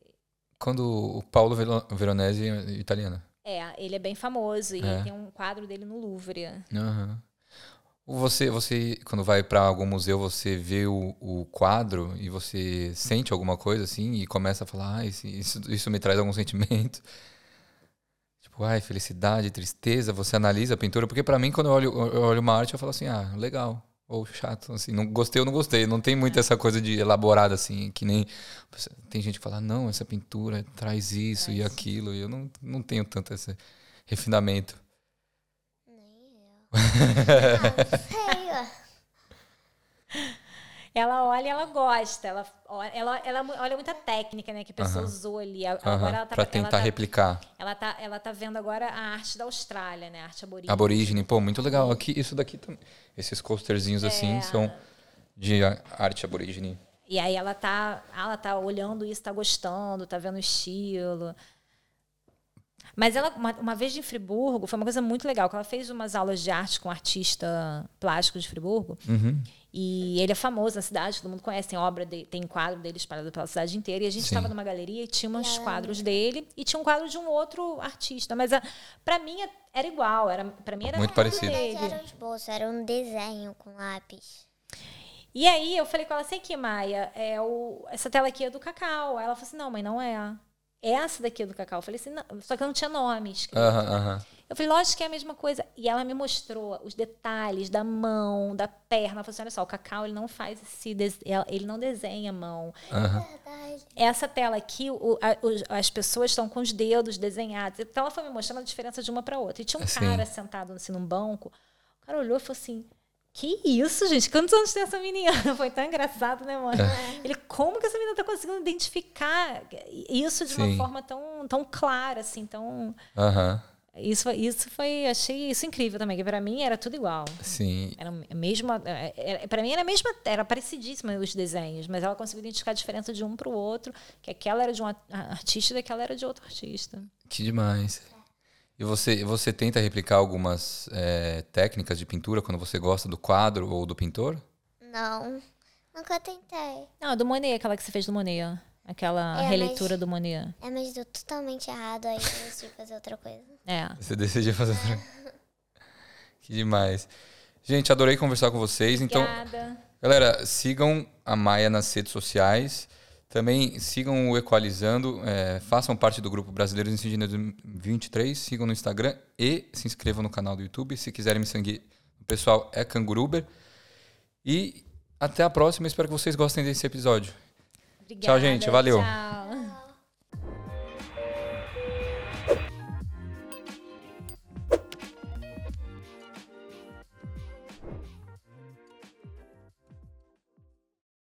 [SPEAKER 1] Quando o Paulo Velo- Veronese é italiano.
[SPEAKER 2] É, ele é bem famoso e
[SPEAKER 1] É.
[SPEAKER 2] tem um quadro dele no Louvre.
[SPEAKER 1] Aham. Você, você, quando vai para algum museu, você vê o, o quadro e você sente alguma coisa assim e começa a falar, ah, isso, isso, isso me traz algum sentimento. Tipo, ai, felicidade, tristeza. Você analisa a pintura, porque para mim, quando eu olho, eu olho uma arte, eu falo assim, ah, legal. Ou chato, assim, não gostei ou não gostei. Não tem
[SPEAKER 2] É.
[SPEAKER 1] muito essa coisa de elaborada, assim, que nem. Tem gente que fala, não, essa pintura traz isso e aquilo. E eu não, não tenho tanto esse refinamento.
[SPEAKER 3] Nem eu. ah, sei, ó.
[SPEAKER 2] Ela olha e ela gosta. Ela, olha- ela, ela mu- olha muita técnica, né? Que a pessoa
[SPEAKER 1] Aham.
[SPEAKER 2] usou ali. A-
[SPEAKER 1] Aham,
[SPEAKER 2] Agora ela tá,
[SPEAKER 1] pra
[SPEAKER 2] ela
[SPEAKER 1] tentar
[SPEAKER 2] tá-
[SPEAKER 1] replicar.
[SPEAKER 2] ela tá- ela tá vendo agora a arte da Austrália, né? A arte aborígena.
[SPEAKER 1] Aborígene, pô, muito legal. Aqui, isso daqui também. Esses coasterzinhos assim são de a- arte aborígene.
[SPEAKER 2] E aí ela tá, ah, ela tá olhando isso, tá gostando, tá vendo o estilo. Mas ela, uma, uma vez em Friburgo, foi uma coisa muito legal, que ela fez umas aulas de arte com um artista plástico de Friburgo.
[SPEAKER 1] Uhum.
[SPEAKER 2] E ele é famoso na cidade, todo mundo conhece, tem obra, de, tem quadro dele espalhado pela cidade inteira. E a gente
[SPEAKER 1] Sim.
[SPEAKER 2] estava numa galeria e tinha uns quadros dele e tinha um quadro de um outro artista. Mas a, pra mim é, era igual, era, pra mim era
[SPEAKER 1] Muito
[SPEAKER 2] a obra
[SPEAKER 1] parecido.
[SPEAKER 2] dele.
[SPEAKER 3] Mas era um esboço, era um desenho com lápis.
[SPEAKER 2] E aí eu falei com ela, sei que, Maia, é o, essa tela aqui é do Cacau. Aí ela falou assim, não, mãe, não é. Essa daqui é do Cacau. Eu falei assim, não, só que não tinha nome escrito.
[SPEAKER 1] Aham, aham.
[SPEAKER 2] Eu falei, lógico que é a mesma coisa. E ela me mostrou os detalhes da mão, da perna. Ela falou assim, olha só, o Cacau, ele não faz esse... des- Ele não desenha a mão.
[SPEAKER 1] aham.
[SPEAKER 3] Verdade.
[SPEAKER 2] Essa tela aqui, o- a- os- as pessoas estão com os dedos desenhados. Então ela foi me mostrando a diferença de uma para outra. E tinha um
[SPEAKER 1] Ah, Sim.
[SPEAKER 2] cara sentado assim, num banco. O cara olhou e falou assim: Que isso, gente? Quantos anos tem essa menina? Foi tão engraçado, né, mãe?
[SPEAKER 1] É.
[SPEAKER 2] Ele, como que essa menina tá conseguindo identificar isso de uma
[SPEAKER 1] Sim.
[SPEAKER 2] forma tão, tão clara, assim, tão.
[SPEAKER 1] aham.
[SPEAKER 2] Isso, foi- isso foi. Achei isso incrível também, que para mim era tudo igual.
[SPEAKER 1] Sim.
[SPEAKER 2] Era a mesma, é, para mim era a mesma, era parecidíssima os desenhos, mas ela conseguiu identificar a diferença de um para o outro, que aquela era de um a- artista e daquela era de outro artista.
[SPEAKER 1] Que demais. E você, você é, tenta replicar algumas eh, técnicas de pintura quando você gosta do quadro ou do pintor?
[SPEAKER 3] Não. Nunca tentei.
[SPEAKER 2] Não, do Monet, aquela que você fez do Monet. Aquela
[SPEAKER 3] É, mas-
[SPEAKER 2] releitura do Monet.
[SPEAKER 3] É, mas deu totalmente errado aí eu decidi fazer outra coisa.
[SPEAKER 2] É.
[SPEAKER 1] Você decidiu fazer outra Que demais. Gente, adorei conversar com vocês. Então,
[SPEAKER 2] Obrigada.
[SPEAKER 1] galera, sigam a Maia nas redes sociais. Também sigam o Equalizando. é, façam parte do grupo Brasileiros em Sydney 2023. Sigam no Instagram e se inscrevam no canal do YouTube. Se quiserem me seguir, o pessoal é Canguruber. E até a próxima. Espero que vocês gostem desse episódio.
[SPEAKER 2] Obrigada.
[SPEAKER 1] gente, valeu.
[SPEAKER 2] Tchau.